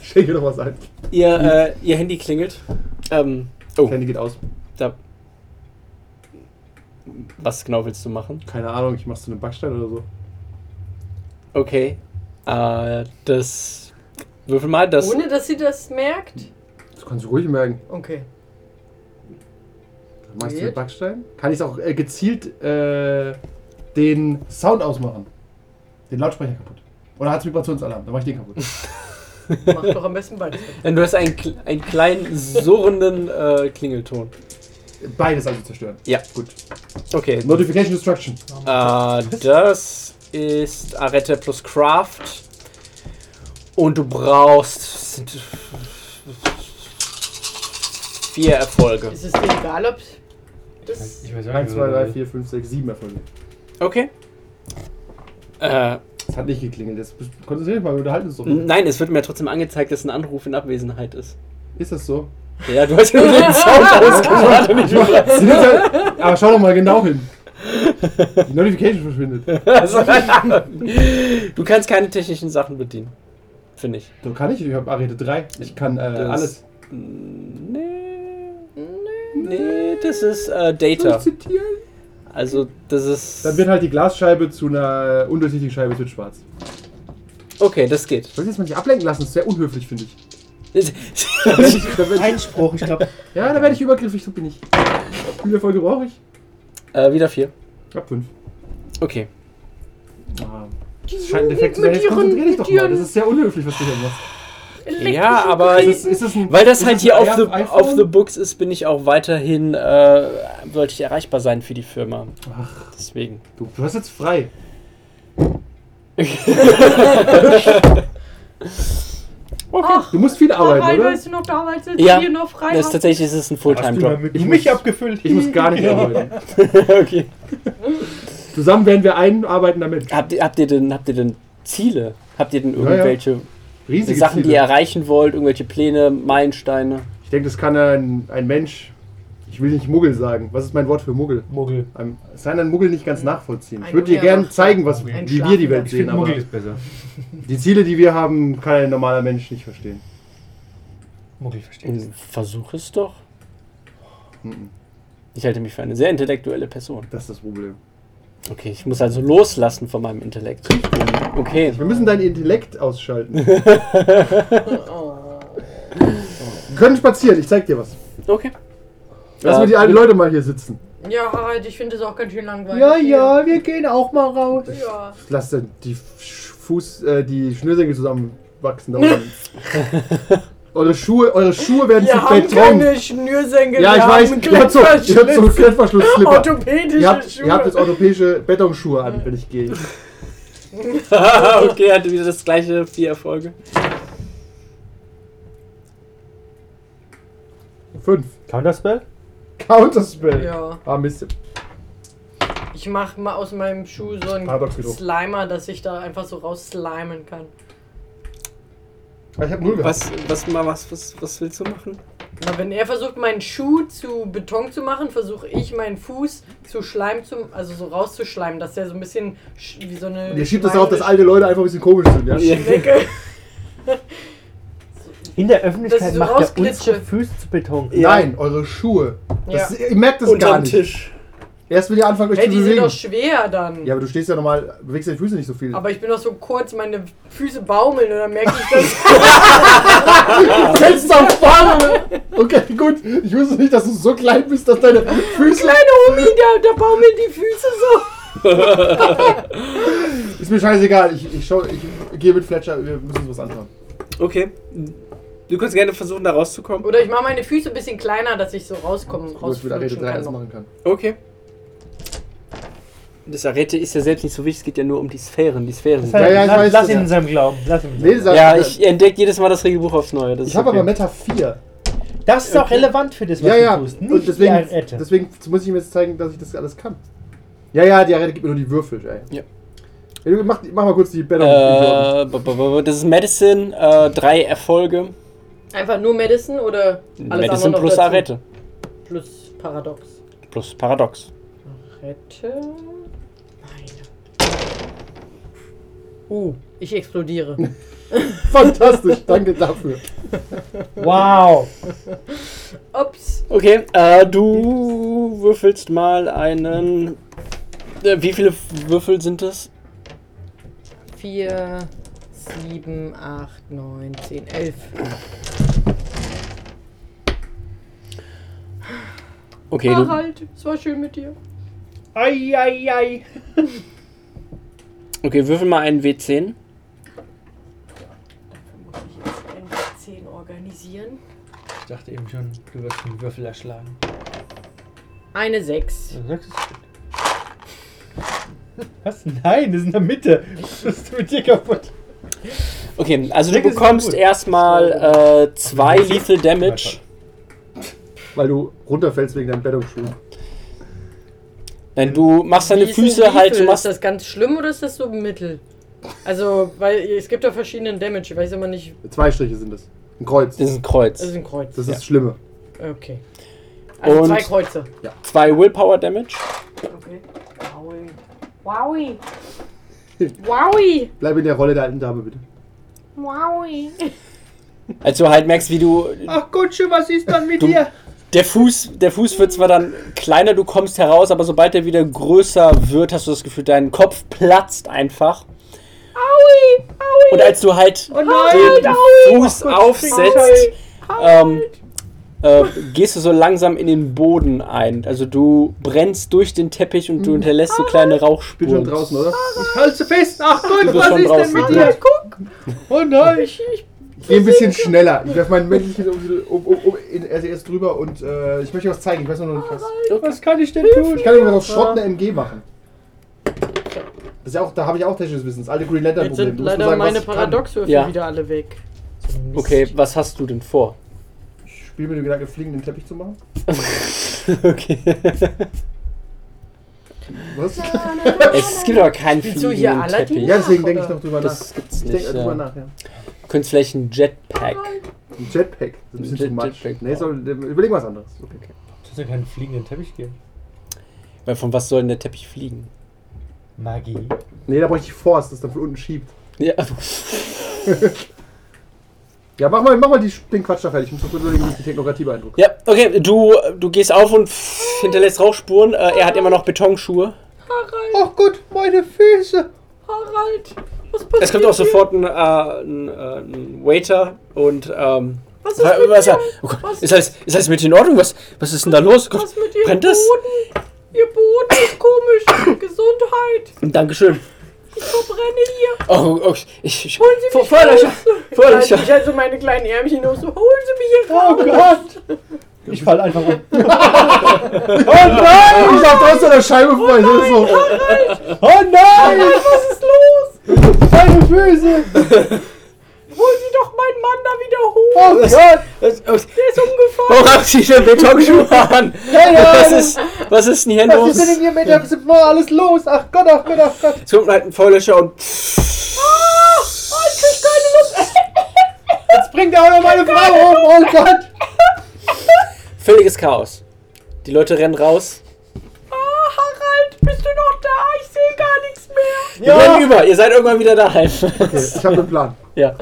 Speaker 4: Ich schenke noch was ein.
Speaker 2: Ihr, äh, ihr Handy klingelt. Ähm,
Speaker 4: Das
Speaker 2: oh,
Speaker 4: Handy geht aus.
Speaker 2: da. Was genau willst du machen?
Speaker 4: Keine Ahnung, ich mach's zu einem Backstein oder so.
Speaker 2: Okay. Äh, das. Würfel mal das.
Speaker 5: Ohne dass sie das merkt?
Speaker 4: Das kannst du ruhig merken.
Speaker 5: Okay.
Speaker 4: Das Meinst du
Speaker 5: Weird.
Speaker 4: mit Backstein? Kann ich auch äh, gezielt äh, den Sound ausmachen? Den Lautsprecher kaputt. Oder hat's Vibrationsalarm? Dann mach ich den kaputt.
Speaker 5: Mach doch am
Speaker 2: [laughs]
Speaker 5: besten beides.
Speaker 2: Denn du hast einen, kl- einen kleinen surrenden äh, Klingelton.
Speaker 4: Beides also zerstören.
Speaker 2: Ja.
Speaker 4: Gut.
Speaker 2: Okay.
Speaker 4: Notification Destruction.
Speaker 2: Äh, das ist Arete plus Craft. Und du brauchst sind vier Erfolge.
Speaker 5: Ist es dir egal, ob das.
Speaker 6: Ich weiß auch
Speaker 4: 1,
Speaker 6: nicht,
Speaker 4: 2, 3,
Speaker 6: was
Speaker 4: 4, 5, 6, 7 Erfolge.
Speaker 2: Okay. Äh,
Speaker 4: Das hat nicht geklingelt. Jetzt konzentriere dich mal, wir unterhalten uns doch.
Speaker 2: nein, es wird mir trotzdem angezeigt, dass ein Anruf in Abwesenheit ist.
Speaker 4: Ist
Speaker 2: [laughs]
Speaker 4: das so?
Speaker 2: Ja, du hast ja nur den Sound ausgemacht und ich
Speaker 4: Sie nimmt halt, aber schau doch mal genau hin. Die Notification verschwindet.
Speaker 2: Also, [laughs] du kannst keine technischen Sachen bedienen. Finde ich.
Speaker 4: So kann ich, ich habe Arete 3. Ich kann äh,
Speaker 2: Das-
Speaker 4: alles.
Speaker 2: Nee. Nee, das ist äh, Data.
Speaker 4: Zitieren.
Speaker 2: Also, das ist.
Speaker 4: Dann wird halt die Glasscheibe zu einer undurchsichtigen Scheibe, es wird schwarz. halt-
Speaker 2: Okay, das geht.
Speaker 4: [laughs] Soll ich jetzt mal nicht ablenken lassen? Das ist sehr unhöflich, finde ich. Da werd ich, da werd ich
Speaker 3: Einspruch, ich glaube.
Speaker 4: ja, da werde ich übergriffig, so bin ich. Wie viele Erfolge brauche ich?
Speaker 2: äh, wieder vier.
Speaker 4: Ich hab fünf.
Speaker 2: Okay.
Speaker 4: Ah. Das scheint ein Defekt zu sein. Jetzt konzentrier dich doch mal. Das ist sehr unhöflich, was du hier machst.
Speaker 2: Ja, aber.
Speaker 4: Ist, ist das ein,
Speaker 2: Weil das
Speaker 4: ist
Speaker 2: halt
Speaker 4: ein
Speaker 2: hier auf
Speaker 4: Ei-
Speaker 2: the,
Speaker 4: iPhone?
Speaker 2: auf the Books ist, bin ich auch weiterhin, äh, sollte ich erreichbar sein für die Firma.
Speaker 4: Ach,
Speaker 2: Deswegen.
Speaker 4: du, du hast jetzt frei.
Speaker 5: Ach,
Speaker 4: Du musst viel arbeiten,
Speaker 5: Harald,
Speaker 4: oder?
Speaker 5: weißt du noch damals, als
Speaker 2: Ja,
Speaker 5: wir noch frei
Speaker 2: Das ist
Speaker 5: waren?
Speaker 2: tatsächlich ist es ein
Speaker 6: Hast du
Speaker 2: Fulltime-Job.
Speaker 6: damit
Speaker 4: Ich
Speaker 6: ich
Speaker 4: muss-
Speaker 6: mich abgefüllt?
Speaker 4: Ich
Speaker 3: [laughs]
Speaker 4: muss gar nicht
Speaker 6: [laughs] Ja.
Speaker 4: arbeiten.
Speaker 2: [laughs] okay.
Speaker 4: Zusammen werden wir ein arbeitender Mensch.
Speaker 2: Habt ihr, habt ihr denn, habt ihr denn Ziele? Habt ihr denn
Speaker 4: ja.
Speaker 2: irgendwelche
Speaker 4: Riesige
Speaker 2: Sachen, die
Speaker 4: Ziele.
Speaker 2: ihr erreichen wollt, irgendwelche Pläne, Meilensteine?
Speaker 4: Ich denke, das kann ein, ein Mensch. Ich will nicht Muggel sagen. Was ist mein Wort für Muggel?
Speaker 6: Muggel.
Speaker 4: Ein- Es kann ein Muggel nicht ganz nachvollziehen. Ich
Speaker 5: Ein
Speaker 4: würde dir gerne
Speaker 5: Unerwachter.
Speaker 4: zeigen, was,
Speaker 5: Ein
Speaker 4: wie wir die
Speaker 5: Schlafender.
Speaker 4: Welt
Speaker 6: Ich
Speaker 4: sehen,
Speaker 6: finde
Speaker 4: aber
Speaker 6: Muggel ist besser.
Speaker 4: die Ziele, die wir haben, kann ein normaler Mensch nicht verstehen.
Speaker 6: Muggel verstehst du.
Speaker 2: Versuch es doch.
Speaker 4: Mhm.
Speaker 2: Ich halte mich für eine sehr intellektuelle Person.
Speaker 4: Das ist das Problem.
Speaker 2: Okay, ich muss also loslassen von meinem Intellekt. Okay.
Speaker 4: Wir müssen deinen Intellekt
Speaker 5: [laughs]
Speaker 4: ausschalten.
Speaker 5: Oh.
Speaker 4: Wir können spazieren, ich zeig dir was.
Speaker 2: [laughs] Okay.
Speaker 4: Lass
Speaker 2: Ja.
Speaker 4: mal die alten Leute mal hier sitzen.
Speaker 5: Ja, Harald, ich finde es auch ganz schön langweilig.
Speaker 4: Ja,
Speaker 5: hier.
Speaker 4: ja, wir gehen auch mal raus.
Speaker 5: Ja.
Speaker 4: Lass dann die Sch- Fuß, äh, die Schnürsenkel zusammenwachsen. Da
Speaker 5: [laughs]
Speaker 4: unten. [laughs] eure Schuhe, eure Schuhe werden
Speaker 5: Wir
Speaker 4: zu
Speaker 5: haben
Speaker 4: Beton.
Speaker 5: keine Schnürsenkel.
Speaker 4: Ja,
Speaker 5: wir
Speaker 4: ich
Speaker 5: haben
Speaker 4: weiß, ihr habt so, ihr habt so
Speaker 5: Klettverschlüsse.
Speaker 4: Klettverschluss-Slipper.
Speaker 5: Orthopädische
Speaker 4: Ihr habt,
Speaker 5: Schuhe.
Speaker 4: ihr habt jetzt europäische Betonschuhe an, wenn ich gehe.
Speaker 2: okay, hatte wieder das gleiche vier Erfolge.
Speaker 4: Fünf.
Speaker 6: Counterspell?
Speaker 4: Counterspell.
Speaker 5: Ja.
Speaker 4: Ah, Mist.
Speaker 5: Ich mach mal aus meinem Schuh so einen
Speaker 4: Paradox gedruckt.
Speaker 5: Slimer, dass ich da einfach so rausslimen kann.
Speaker 4: Ah, Ich hab null gehabt.
Speaker 2: Was, was, was, was, was willst du machen?
Speaker 5: Na, wenn er versucht, meinen Schuh zu Beton zu machen, versuche ich meinen Fuß zu Schleim zu, also so rauszuschleimen, dass der so ein bisschen sch- wie so eine.
Speaker 4: Und ihr schiebt das darauf, dass alte Leute einfach ein bisschen komisch sind, ja? [laughs]
Speaker 5: Decke.
Speaker 6: In der
Speaker 5: Das
Speaker 6: Öffentlichkeit
Speaker 5: ist so
Speaker 6: macht er unsere
Speaker 5: rausglitsche.
Speaker 6: Füße zu Beton.
Speaker 4: Nein, eure Schuhe. Das, Ihr merkt das gar
Speaker 2: Unterm
Speaker 4: nicht.
Speaker 2: Tisch.
Speaker 4: Erst will ihr anfangen, euch
Speaker 5: Hey,
Speaker 4: zu
Speaker 5: die sind
Speaker 4: bewegen.
Speaker 5: doch schwer dann.
Speaker 4: Ja, aber du stehst ja normal, bewegst deine Füße nicht so viel.
Speaker 5: Aber ich bin doch so kurz, meine Füße baumeln und dann merke ich [laughs] das.
Speaker 4: [laughs] Fenster vorne! Okay, gut. Ich wusste nicht, dass du so klein bist, dass deine Füße.
Speaker 5: Kleine Omi, Oh, da, da baumeln die Füße so.
Speaker 4: Ist mir scheißegal. Ich, ich, schau, ich gehe mit Fletcher. Wir müssen uns was anschauen.
Speaker 2: Okay. Du kannst gerne versuchen, da rauszukommen.
Speaker 5: Oder ich mache meine Füße ein bisschen kleiner, dass ich so rauskomme,
Speaker 4: Wo ich mit Arete
Speaker 5: rausflutschen
Speaker 4: 3
Speaker 5: kann.
Speaker 4: alles
Speaker 5: noch.
Speaker 4: machen kann.
Speaker 2: Okay. Das Arete ist ja selbst nicht so wichtig, es geht ja nur um die Sphären. Die Sphären sind.
Speaker 4: heißt- ja, ich
Speaker 6: lass,
Speaker 4: weiß
Speaker 6: lass
Speaker 4: das,
Speaker 6: ihn
Speaker 4: ja.
Speaker 6: in seinem Glauben. Lass ihn in
Speaker 4: Nee,
Speaker 6: seinem
Speaker 4: sag,
Speaker 2: Ja, ich entdecke jedes Mal das Regelbuch aufs Neue. Das
Speaker 4: Ich
Speaker 2: ist
Speaker 4: habe
Speaker 2: okay.
Speaker 4: äh, aber Meta 4.
Speaker 6: Glauben. Das ist doch relevant für das, was
Speaker 4: Ja, ja.
Speaker 6: du tust. Nicht
Speaker 4: Und
Speaker 6: die
Speaker 4: deswegen,
Speaker 6: Arette.
Speaker 4: deswegen muss ich ihm jetzt zeigen, dass ich das alles kann. Ja, ja, die Arete gibt mir nur die Würfel, ey.
Speaker 2: Ja.
Speaker 4: Ja, Mach, mach mal kurz die Bettung.
Speaker 2: Äh, b- b- b- das ist Medicine, äh, drei Erfolge.
Speaker 5: Einfach nur Madison oder alles andere
Speaker 2: Medicine
Speaker 5: noch
Speaker 2: plus
Speaker 5: dazu?
Speaker 2: Arete.
Speaker 5: Plus Paradox.
Speaker 2: Plus Paradox.
Speaker 5: Rette. Meine. Uh, ich explodiere.
Speaker 4: [laughs] Fantastisch, danke dafür.
Speaker 6: Wow.
Speaker 5: [laughs] Ups.
Speaker 2: Okay, äh, du würfelst mal einen. Äh, wie viele Würfel sind das?
Speaker 5: 4, 7, 8, 9, 10, 11.
Speaker 2: Okay, du,
Speaker 5: Harald, es war schön mit dir.
Speaker 3: Ei, ei, ei.
Speaker 2: okay, würfel mal einen W10.
Speaker 5: Dafür muss ich jetzt einfach 10 organisieren.
Speaker 3: Ich dachte eben schon, du wirst einen Würfel erschlagen.
Speaker 5: Eine 6.
Speaker 3: Also sechs ist gut. Was? Nein, das ist in der Mitte. Was ist mit dir kaputt?
Speaker 2: Okay, also du
Speaker 3: Sechs ist
Speaker 2: bekommst
Speaker 3: gut.
Speaker 2: erstmal äh, zwei Lethal Damage.
Speaker 4: Weil du runterfällst wegen deinem Bettungsschuh.
Speaker 2: Nein, du machst deine
Speaker 5: Wie ist denn
Speaker 2: Füße halt, du
Speaker 5: Stiefel? Ist
Speaker 2: machst
Speaker 5: das ganz schlimm oder ist das so mittel? Also, weil es gibt ja verschiedene Damage. Ich weiß immer nicht.
Speaker 4: Zwei Striche sind es. Ein Kreuz.
Speaker 2: Das ist ein Kreuz.
Speaker 5: Das ist ein Kreuz.
Speaker 4: Das ist das Schlimme.
Speaker 5: okay. Also
Speaker 2: Und-
Speaker 5: zwei Kreuze.
Speaker 2: Zwei Willpower Damage.
Speaker 5: Okay. Wowi. Wowi. Wowi.
Speaker 4: Bleib in der Rolle der alten Dame, bitte.
Speaker 5: Wowi.
Speaker 2: Als du halt merkst, wie du.
Speaker 3: Ach Gutsche, was ist dann mit
Speaker 2: Du-
Speaker 3: dir?
Speaker 2: Der Fuß, der Fuß wird zwar dann kleiner, du kommst heraus, aber sobald er wieder größer wird, hast du das Gefühl, dein Kopf platzt einfach.
Speaker 5: Aui. Aui.
Speaker 2: Und als du halt
Speaker 3: Oh
Speaker 2: den
Speaker 3: nein!
Speaker 2: Fuß aufsetzt, ähm, äh, gehst du so langsam in den Boden ein. Also du brennst durch den Teppich
Speaker 5: Mhm.
Speaker 2: und du hinterlässt so kleine
Speaker 4: Ich bin schon
Speaker 2: Rauchspuren.
Speaker 4: draußen, oder?
Speaker 3: Ich halte sie fest. Ach Gott,
Speaker 2: bist
Speaker 3: was
Speaker 2: schon
Speaker 3: ist denn
Speaker 2: draußen,
Speaker 3: mit
Speaker 2: ne?
Speaker 3: dir?
Speaker 5: guck.
Speaker 3: Oh nein.
Speaker 4: Ich gehe ein bisschen schneller. Ich werfe mein männliches um, um, um, um in RCS drüber und äh, ich möchte dir was zeigen. Ich weiß nur noch nicht was.
Speaker 3: Was kann ich denn tun?
Speaker 4: Ich kann übrigens aus Schrott eine MG machen. Das ist ja auch, da habe ich auch technisches Wissen. Das alte Green Lantern
Speaker 5: Jetzt
Speaker 4: Problem.
Speaker 5: sind
Speaker 4: Du musst mir
Speaker 5: leider
Speaker 4: sagen, was
Speaker 5: meine
Speaker 4: ich kann.
Speaker 5: Paradoxwürfe
Speaker 2: Ja.
Speaker 5: wieder alle weg.
Speaker 2: Okay, was hast du denn
Speaker 4: [laughs]
Speaker 2: vor?
Speaker 4: Ich spiele mit dem Gedanken, fliegenden Teppich zu machen.
Speaker 2: Okay.
Speaker 4: Was?
Speaker 2: Es gibt aber keinen
Speaker 5: Spielst du hier
Speaker 2: fliegenden
Speaker 5: Aladdin?
Speaker 2: Teppich.
Speaker 4: Ja, deswegen
Speaker 5: Ja,
Speaker 4: denke ich
Speaker 5: aber
Speaker 4: noch drüber nach.
Speaker 2: Das gibt's
Speaker 4: Ich
Speaker 2: nicht.
Speaker 4: denke
Speaker 2: ja.
Speaker 4: drüber nach, ja.
Speaker 2: Könntest vielleicht einen Jetpack.
Speaker 4: Ein Jetpack. Das ist ein bisschen
Speaker 2: Jet-
Speaker 4: zu much.
Speaker 2: Jetpack.
Speaker 4: Nee, soll, überleg mal was anderes. Okay.
Speaker 3: Das ja keinen fliegenden Teppich geben.
Speaker 2: Weil von was soll denn der Teppich fliegen?
Speaker 3: Magie.
Speaker 4: Nee, da bräuchte ich Force, das dann von unten schiebt.
Speaker 2: Ja.
Speaker 4: Ja, mach mal, mach mal die, den Quatsch da fertig. Ich muss noch kurz überlegen, wie ich die Technokratie beeindrucke.
Speaker 2: Ja, okay, du, du gehst auf und hinterlässt Rauchspuren. Äh, er hat immer noch Betonschuhe.
Speaker 3: Ach Gott,
Speaker 4: Oh
Speaker 3: meine Füße.
Speaker 5: Harald, was passiert?
Speaker 2: Es kommt auch
Speaker 5: hier?
Speaker 2: sofort ein, äh, ein, äh, ein Waiter und ähm,
Speaker 5: Was ist
Speaker 2: wa-
Speaker 5: mit
Speaker 2: was,
Speaker 5: dir?
Speaker 2: oh Gott,
Speaker 5: Was-
Speaker 2: ist, alles, ist alles mit dir in Ordnung? Was, was ist denn da los? Gott,
Speaker 5: Was mit ihrem
Speaker 2: brennt das?
Speaker 5: Boden? Ihr Boden ist komisch. Gesundheit.
Speaker 2: Dankeschön.
Speaker 5: Ich verbrenne hier.
Speaker 2: Oh, oh, ich, ich,
Speaker 5: Holen Sie
Speaker 2: vor,
Speaker 5: mich
Speaker 2: Feuerlöcher!
Speaker 5: raus.
Speaker 2: Feuerlöcher!
Speaker 5: Ich also meine kleinen Ärmchen hoch. So, holen Sie mich hier raus.
Speaker 3: Oh Gott. Ich falle einfach um.
Speaker 4: Ich laufe draußen an der Scheibe vorbei. so ist so.
Speaker 3: Oh nein.
Speaker 5: Was ist los?
Speaker 3: Meine Füße.
Speaker 5: [laughs] Holen Sie doch meinen Mann da wieder
Speaker 3: Oh
Speaker 5: hoch.
Speaker 3: Gott.
Speaker 2: Was- was-
Speaker 5: Der ist umgefallen.
Speaker 2: Warum haben Oh, [laughs] Sie denn Betonschuhe an? Was ist, was ist denn hier
Speaker 3: Was
Speaker 2: los?
Speaker 3: ist denn in ihr mit dem Mal alles los? Ach Gott, ach Gott, ach Gott.
Speaker 2: Es kommt halt ein Feuerlöscher und
Speaker 3: Jetzt bringt er auch noch meine Frau um. Oh Gott.
Speaker 2: völliges Chaos. Die Leute rennen raus. Oh.
Speaker 5: Ah, Harald, bist du noch da? Ich sehe gar
Speaker 2: [laughs]
Speaker 5: nichts mehr.
Speaker 2: Wir rennen über. Ihr seid irgendwann wieder [laughs] daheim.
Speaker 4: Okay, ich habe einen Plan.
Speaker 2: ja.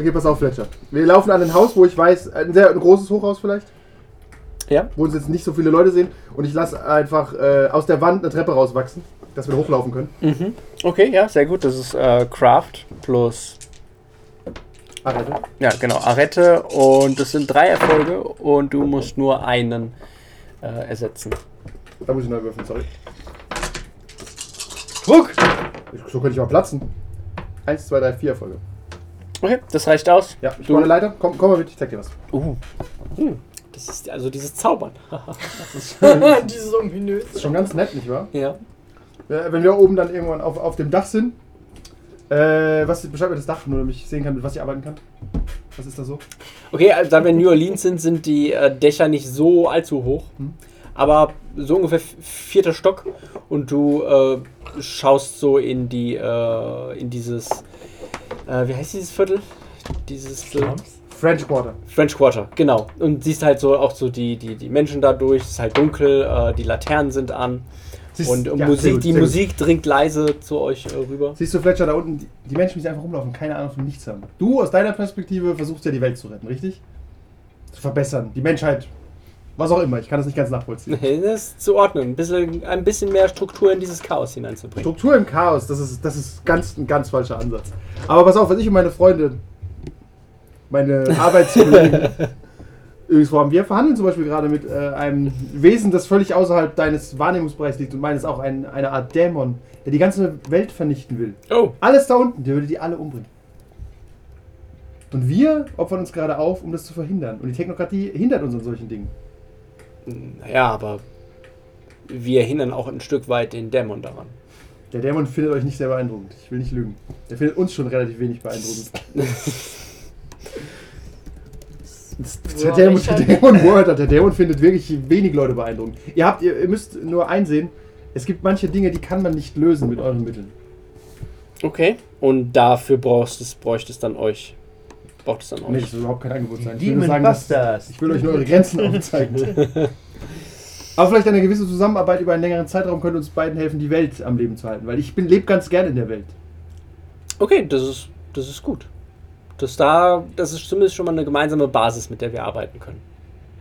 Speaker 4: Okay, pass auf, Fletcher. Wir laufen an ein Haus, wo ich weiß, ein sehr ein großes Hochhaus vielleicht,
Speaker 2: Ja.
Speaker 4: wo uns jetzt nicht so viele Leute sehen. Und ich lasse einfach äh, aus der Wand eine Treppe rauswachsen, dass wir hochlaufen können.
Speaker 2: Okay, ja, sehr gut. Das ist äh, Craft plus.
Speaker 4: Arrete.
Speaker 2: Ja, genau, Arette. Und das sind drei Erfolge und du musst nur einen äh, ersetzen.
Speaker 4: Da muss ich neu würfeln, sorry.
Speaker 3: Guck.
Speaker 4: Ich, so könnte ich mal platzen. Eins, zwei, drei, vier Erfolge.
Speaker 2: Okay, das reicht aus.
Speaker 4: Ja, ich
Speaker 2: Du-
Speaker 4: brauche eine Leiter. Komm, komm mal mit, ich zeig dir was.
Speaker 2: Uh. Hm. Das ist also dieses Zaubern. [laughs]
Speaker 5: Dieses ominös.
Speaker 4: Das ist schon ganz nett, nicht wahr?
Speaker 2: ja.
Speaker 4: Äh, Wenn wir oben dann irgendwann auf, auf dem Dach sind, äh, was beschreibt mir das Dach, nur damit ich sehen kann, mit was ich arbeiten kann? Was ist da so?
Speaker 2: Okay, also da wir in New Orleans sind, sind die äh, Dächer nicht so allzu hoch.
Speaker 4: Hm.
Speaker 2: Aber so ungefähr f- vierter Stock und du äh, schaust so in die äh, in dieses äh, wie heißt dieses Viertel? Dieses äh,
Speaker 4: French Quarter.
Speaker 2: French Quarter, genau. Und siehst halt so auch so die, die, die Menschen dadurch, es ist halt dunkel, äh, die Laternen sind an
Speaker 4: Siehst-
Speaker 2: und äh,
Speaker 4: ja, sehr
Speaker 2: Musik,
Speaker 4: gut,
Speaker 2: die
Speaker 4: sehr gut.
Speaker 2: Musik dringt leise zu euch äh, rüber.
Speaker 4: Siehst du, Fletcher, da unten, die, die Menschen, die einfach rumlaufen, keine Ahnung von nichts haben. Du aus deiner Perspektive versuchst ja die Welt zu retten, richtig? Zu verbessern, die Menschheit, was auch immer. Ich kann das nicht ganz nachvollziehen.
Speaker 2: Nee, [laughs] Das ist zu ordnen, ein bisschen, ein bisschen mehr Struktur in dieses Chaos hineinzubringen.
Speaker 4: Struktur im Chaos, das ist, das ist ganz, ein ganz falscher Ansatz. Aber pass auf, was ich und meine Freunde, meine Arbeitskollegen, Übrigens, wo haben wir verhandeln zum Beispiel gerade mit äh, einem Wesen, das völlig außerhalb deines Wahrnehmungsbereichs liegt und meines auch ein, eine Art Dämon, der die ganze Welt vernichten will.
Speaker 2: Oh.
Speaker 4: Alles da unten, der würde die alle umbringen. Und wir opfern uns gerade auf, um das zu verhindern. Und die Technokratie hindert uns an solchen Dingen.
Speaker 2: Ja, aber wir hindern auch ein Stück weit den Dämon daran.
Speaker 4: Der Dämon findet euch nicht sehr beeindruckend. Ich will nicht lügen. Der findet uns schon relativ wenig
Speaker 6: [laughs]
Speaker 4: beeindruckend. Der
Speaker 5: Ja,
Speaker 4: Dämon,
Speaker 5: ich
Speaker 4: der
Speaker 5: halt-
Speaker 4: Dämon Word, der Dämon findet wirklich wenig Leute beeindruckend. Ihr habt, ihr, ihr müsst nur einsehen, es gibt manche Dinge, die kann man nicht lösen mit euren Mitteln.
Speaker 2: Okay. Und dafür brauchst es, bräuchte es dann euch. Braucht es dann
Speaker 4: Nee,
Speaker 2: euch.
Speaker 4: das soll überhaupt kein Angebot sein. Ich will, nur
Speaker 6: Oh, Demon
Speaker 4: sagen, dass,
Speaker 6: Busters.
Speaker 4: ich will euch nur eure Grenzen
Speaker 6: [laughs]
Speaker 4: aufzeigen. Aber vielleicht eine gewisse Zusammenarbeit über einen längeren Zeitraum könnte uns beiden helfen, die Welt am Leben zu halten. Weil ich bin, lebe ganz gerne in der Welt.
Speaker 2: Okay, das ist, das ist gut. Das, da, das ist zumindest schon mal eine gemeinsame Basis, mit der wir arbeiten können.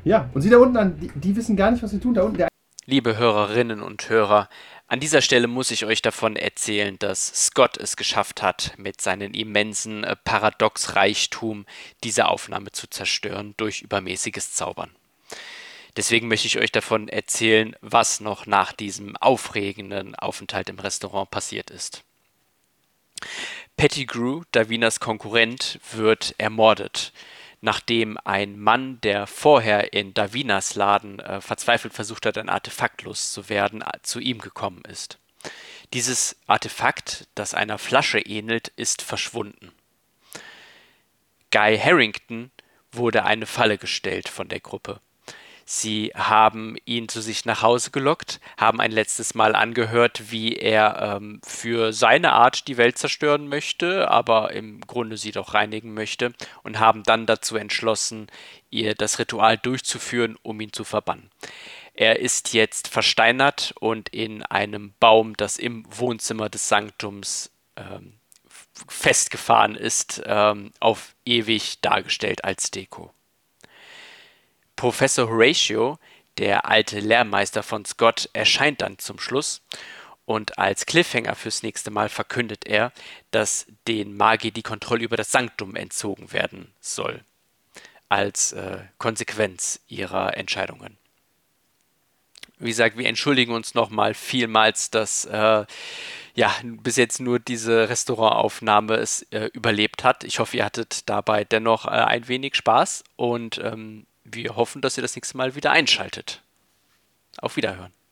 Speaker 4: Ja, und sie da unten an, die, die wissen gar nicht, was sie tun. Da unten, der
Speaker 1: Liebe Hörerinnen und Hörer, an dieser Stelle muss ich euch davon erzählen, dass Scott es geschafft hat, mit seinem immensen äh, Paradoxreichtum diese Aufnahme zu zerstören durch übermäßiges Zaubern. Deswegen möchte ich euch davon erzählen, was noch nach diesem aufregenden Aufenthalt im Restaurant passiert ist. Pettigrew, Davinas Konkurrent, wird ermordet, nachdem ein Mann, der vorher in Davinas Laden äh, verzweifelt versucht hat, ein Artefakt loszuwerden, a- zu ihm gekommen ist. Dieses Artefakt, das einer Flasche ähnelt, ist verschwunden. Guy Harrington wurde eine Falle gestellt von der Gruppe. Sie haben ihn zu sich nach Hause gelockt, haben ein letztes Mal angehört, wie er ähm, für seine Art die Welt zerstören möchte, aber im Grunde sie doch reinigen möchte, und haben dann dazu entschlossen, ihr das Ritual durchzuführen, um ihn zu verbannen. Er ist jetzt versteinert und in einem Baum, das im Wohnzimmer des Sanktums ähm, f- festgefahren ist, ähm, auf ewig dargestellt als Deko. Professor Horatio, der alte Lehrmeister von Scott, erscheint dann zum Schluss und als Cliffhanger fürs nächste Mal verkündet er, dass den Magi die Kontrolle über das Sanktum entzogen werden soll, als äh, Konsequenz ihrer Entscheidungen. Wie gesagt, wir entschuldigen uns nochmal vielmals, dass äh, ja, bis jetzt nur diese Restaurantaufnahme es äh, überlebt hat. Ich hoffe, ihr hattet dabei dennoch äh, ein wenig Spaß und ähm, wir hoffen, dass ihr das nächste Mal wieder einschaltet. Auf Wiederhören.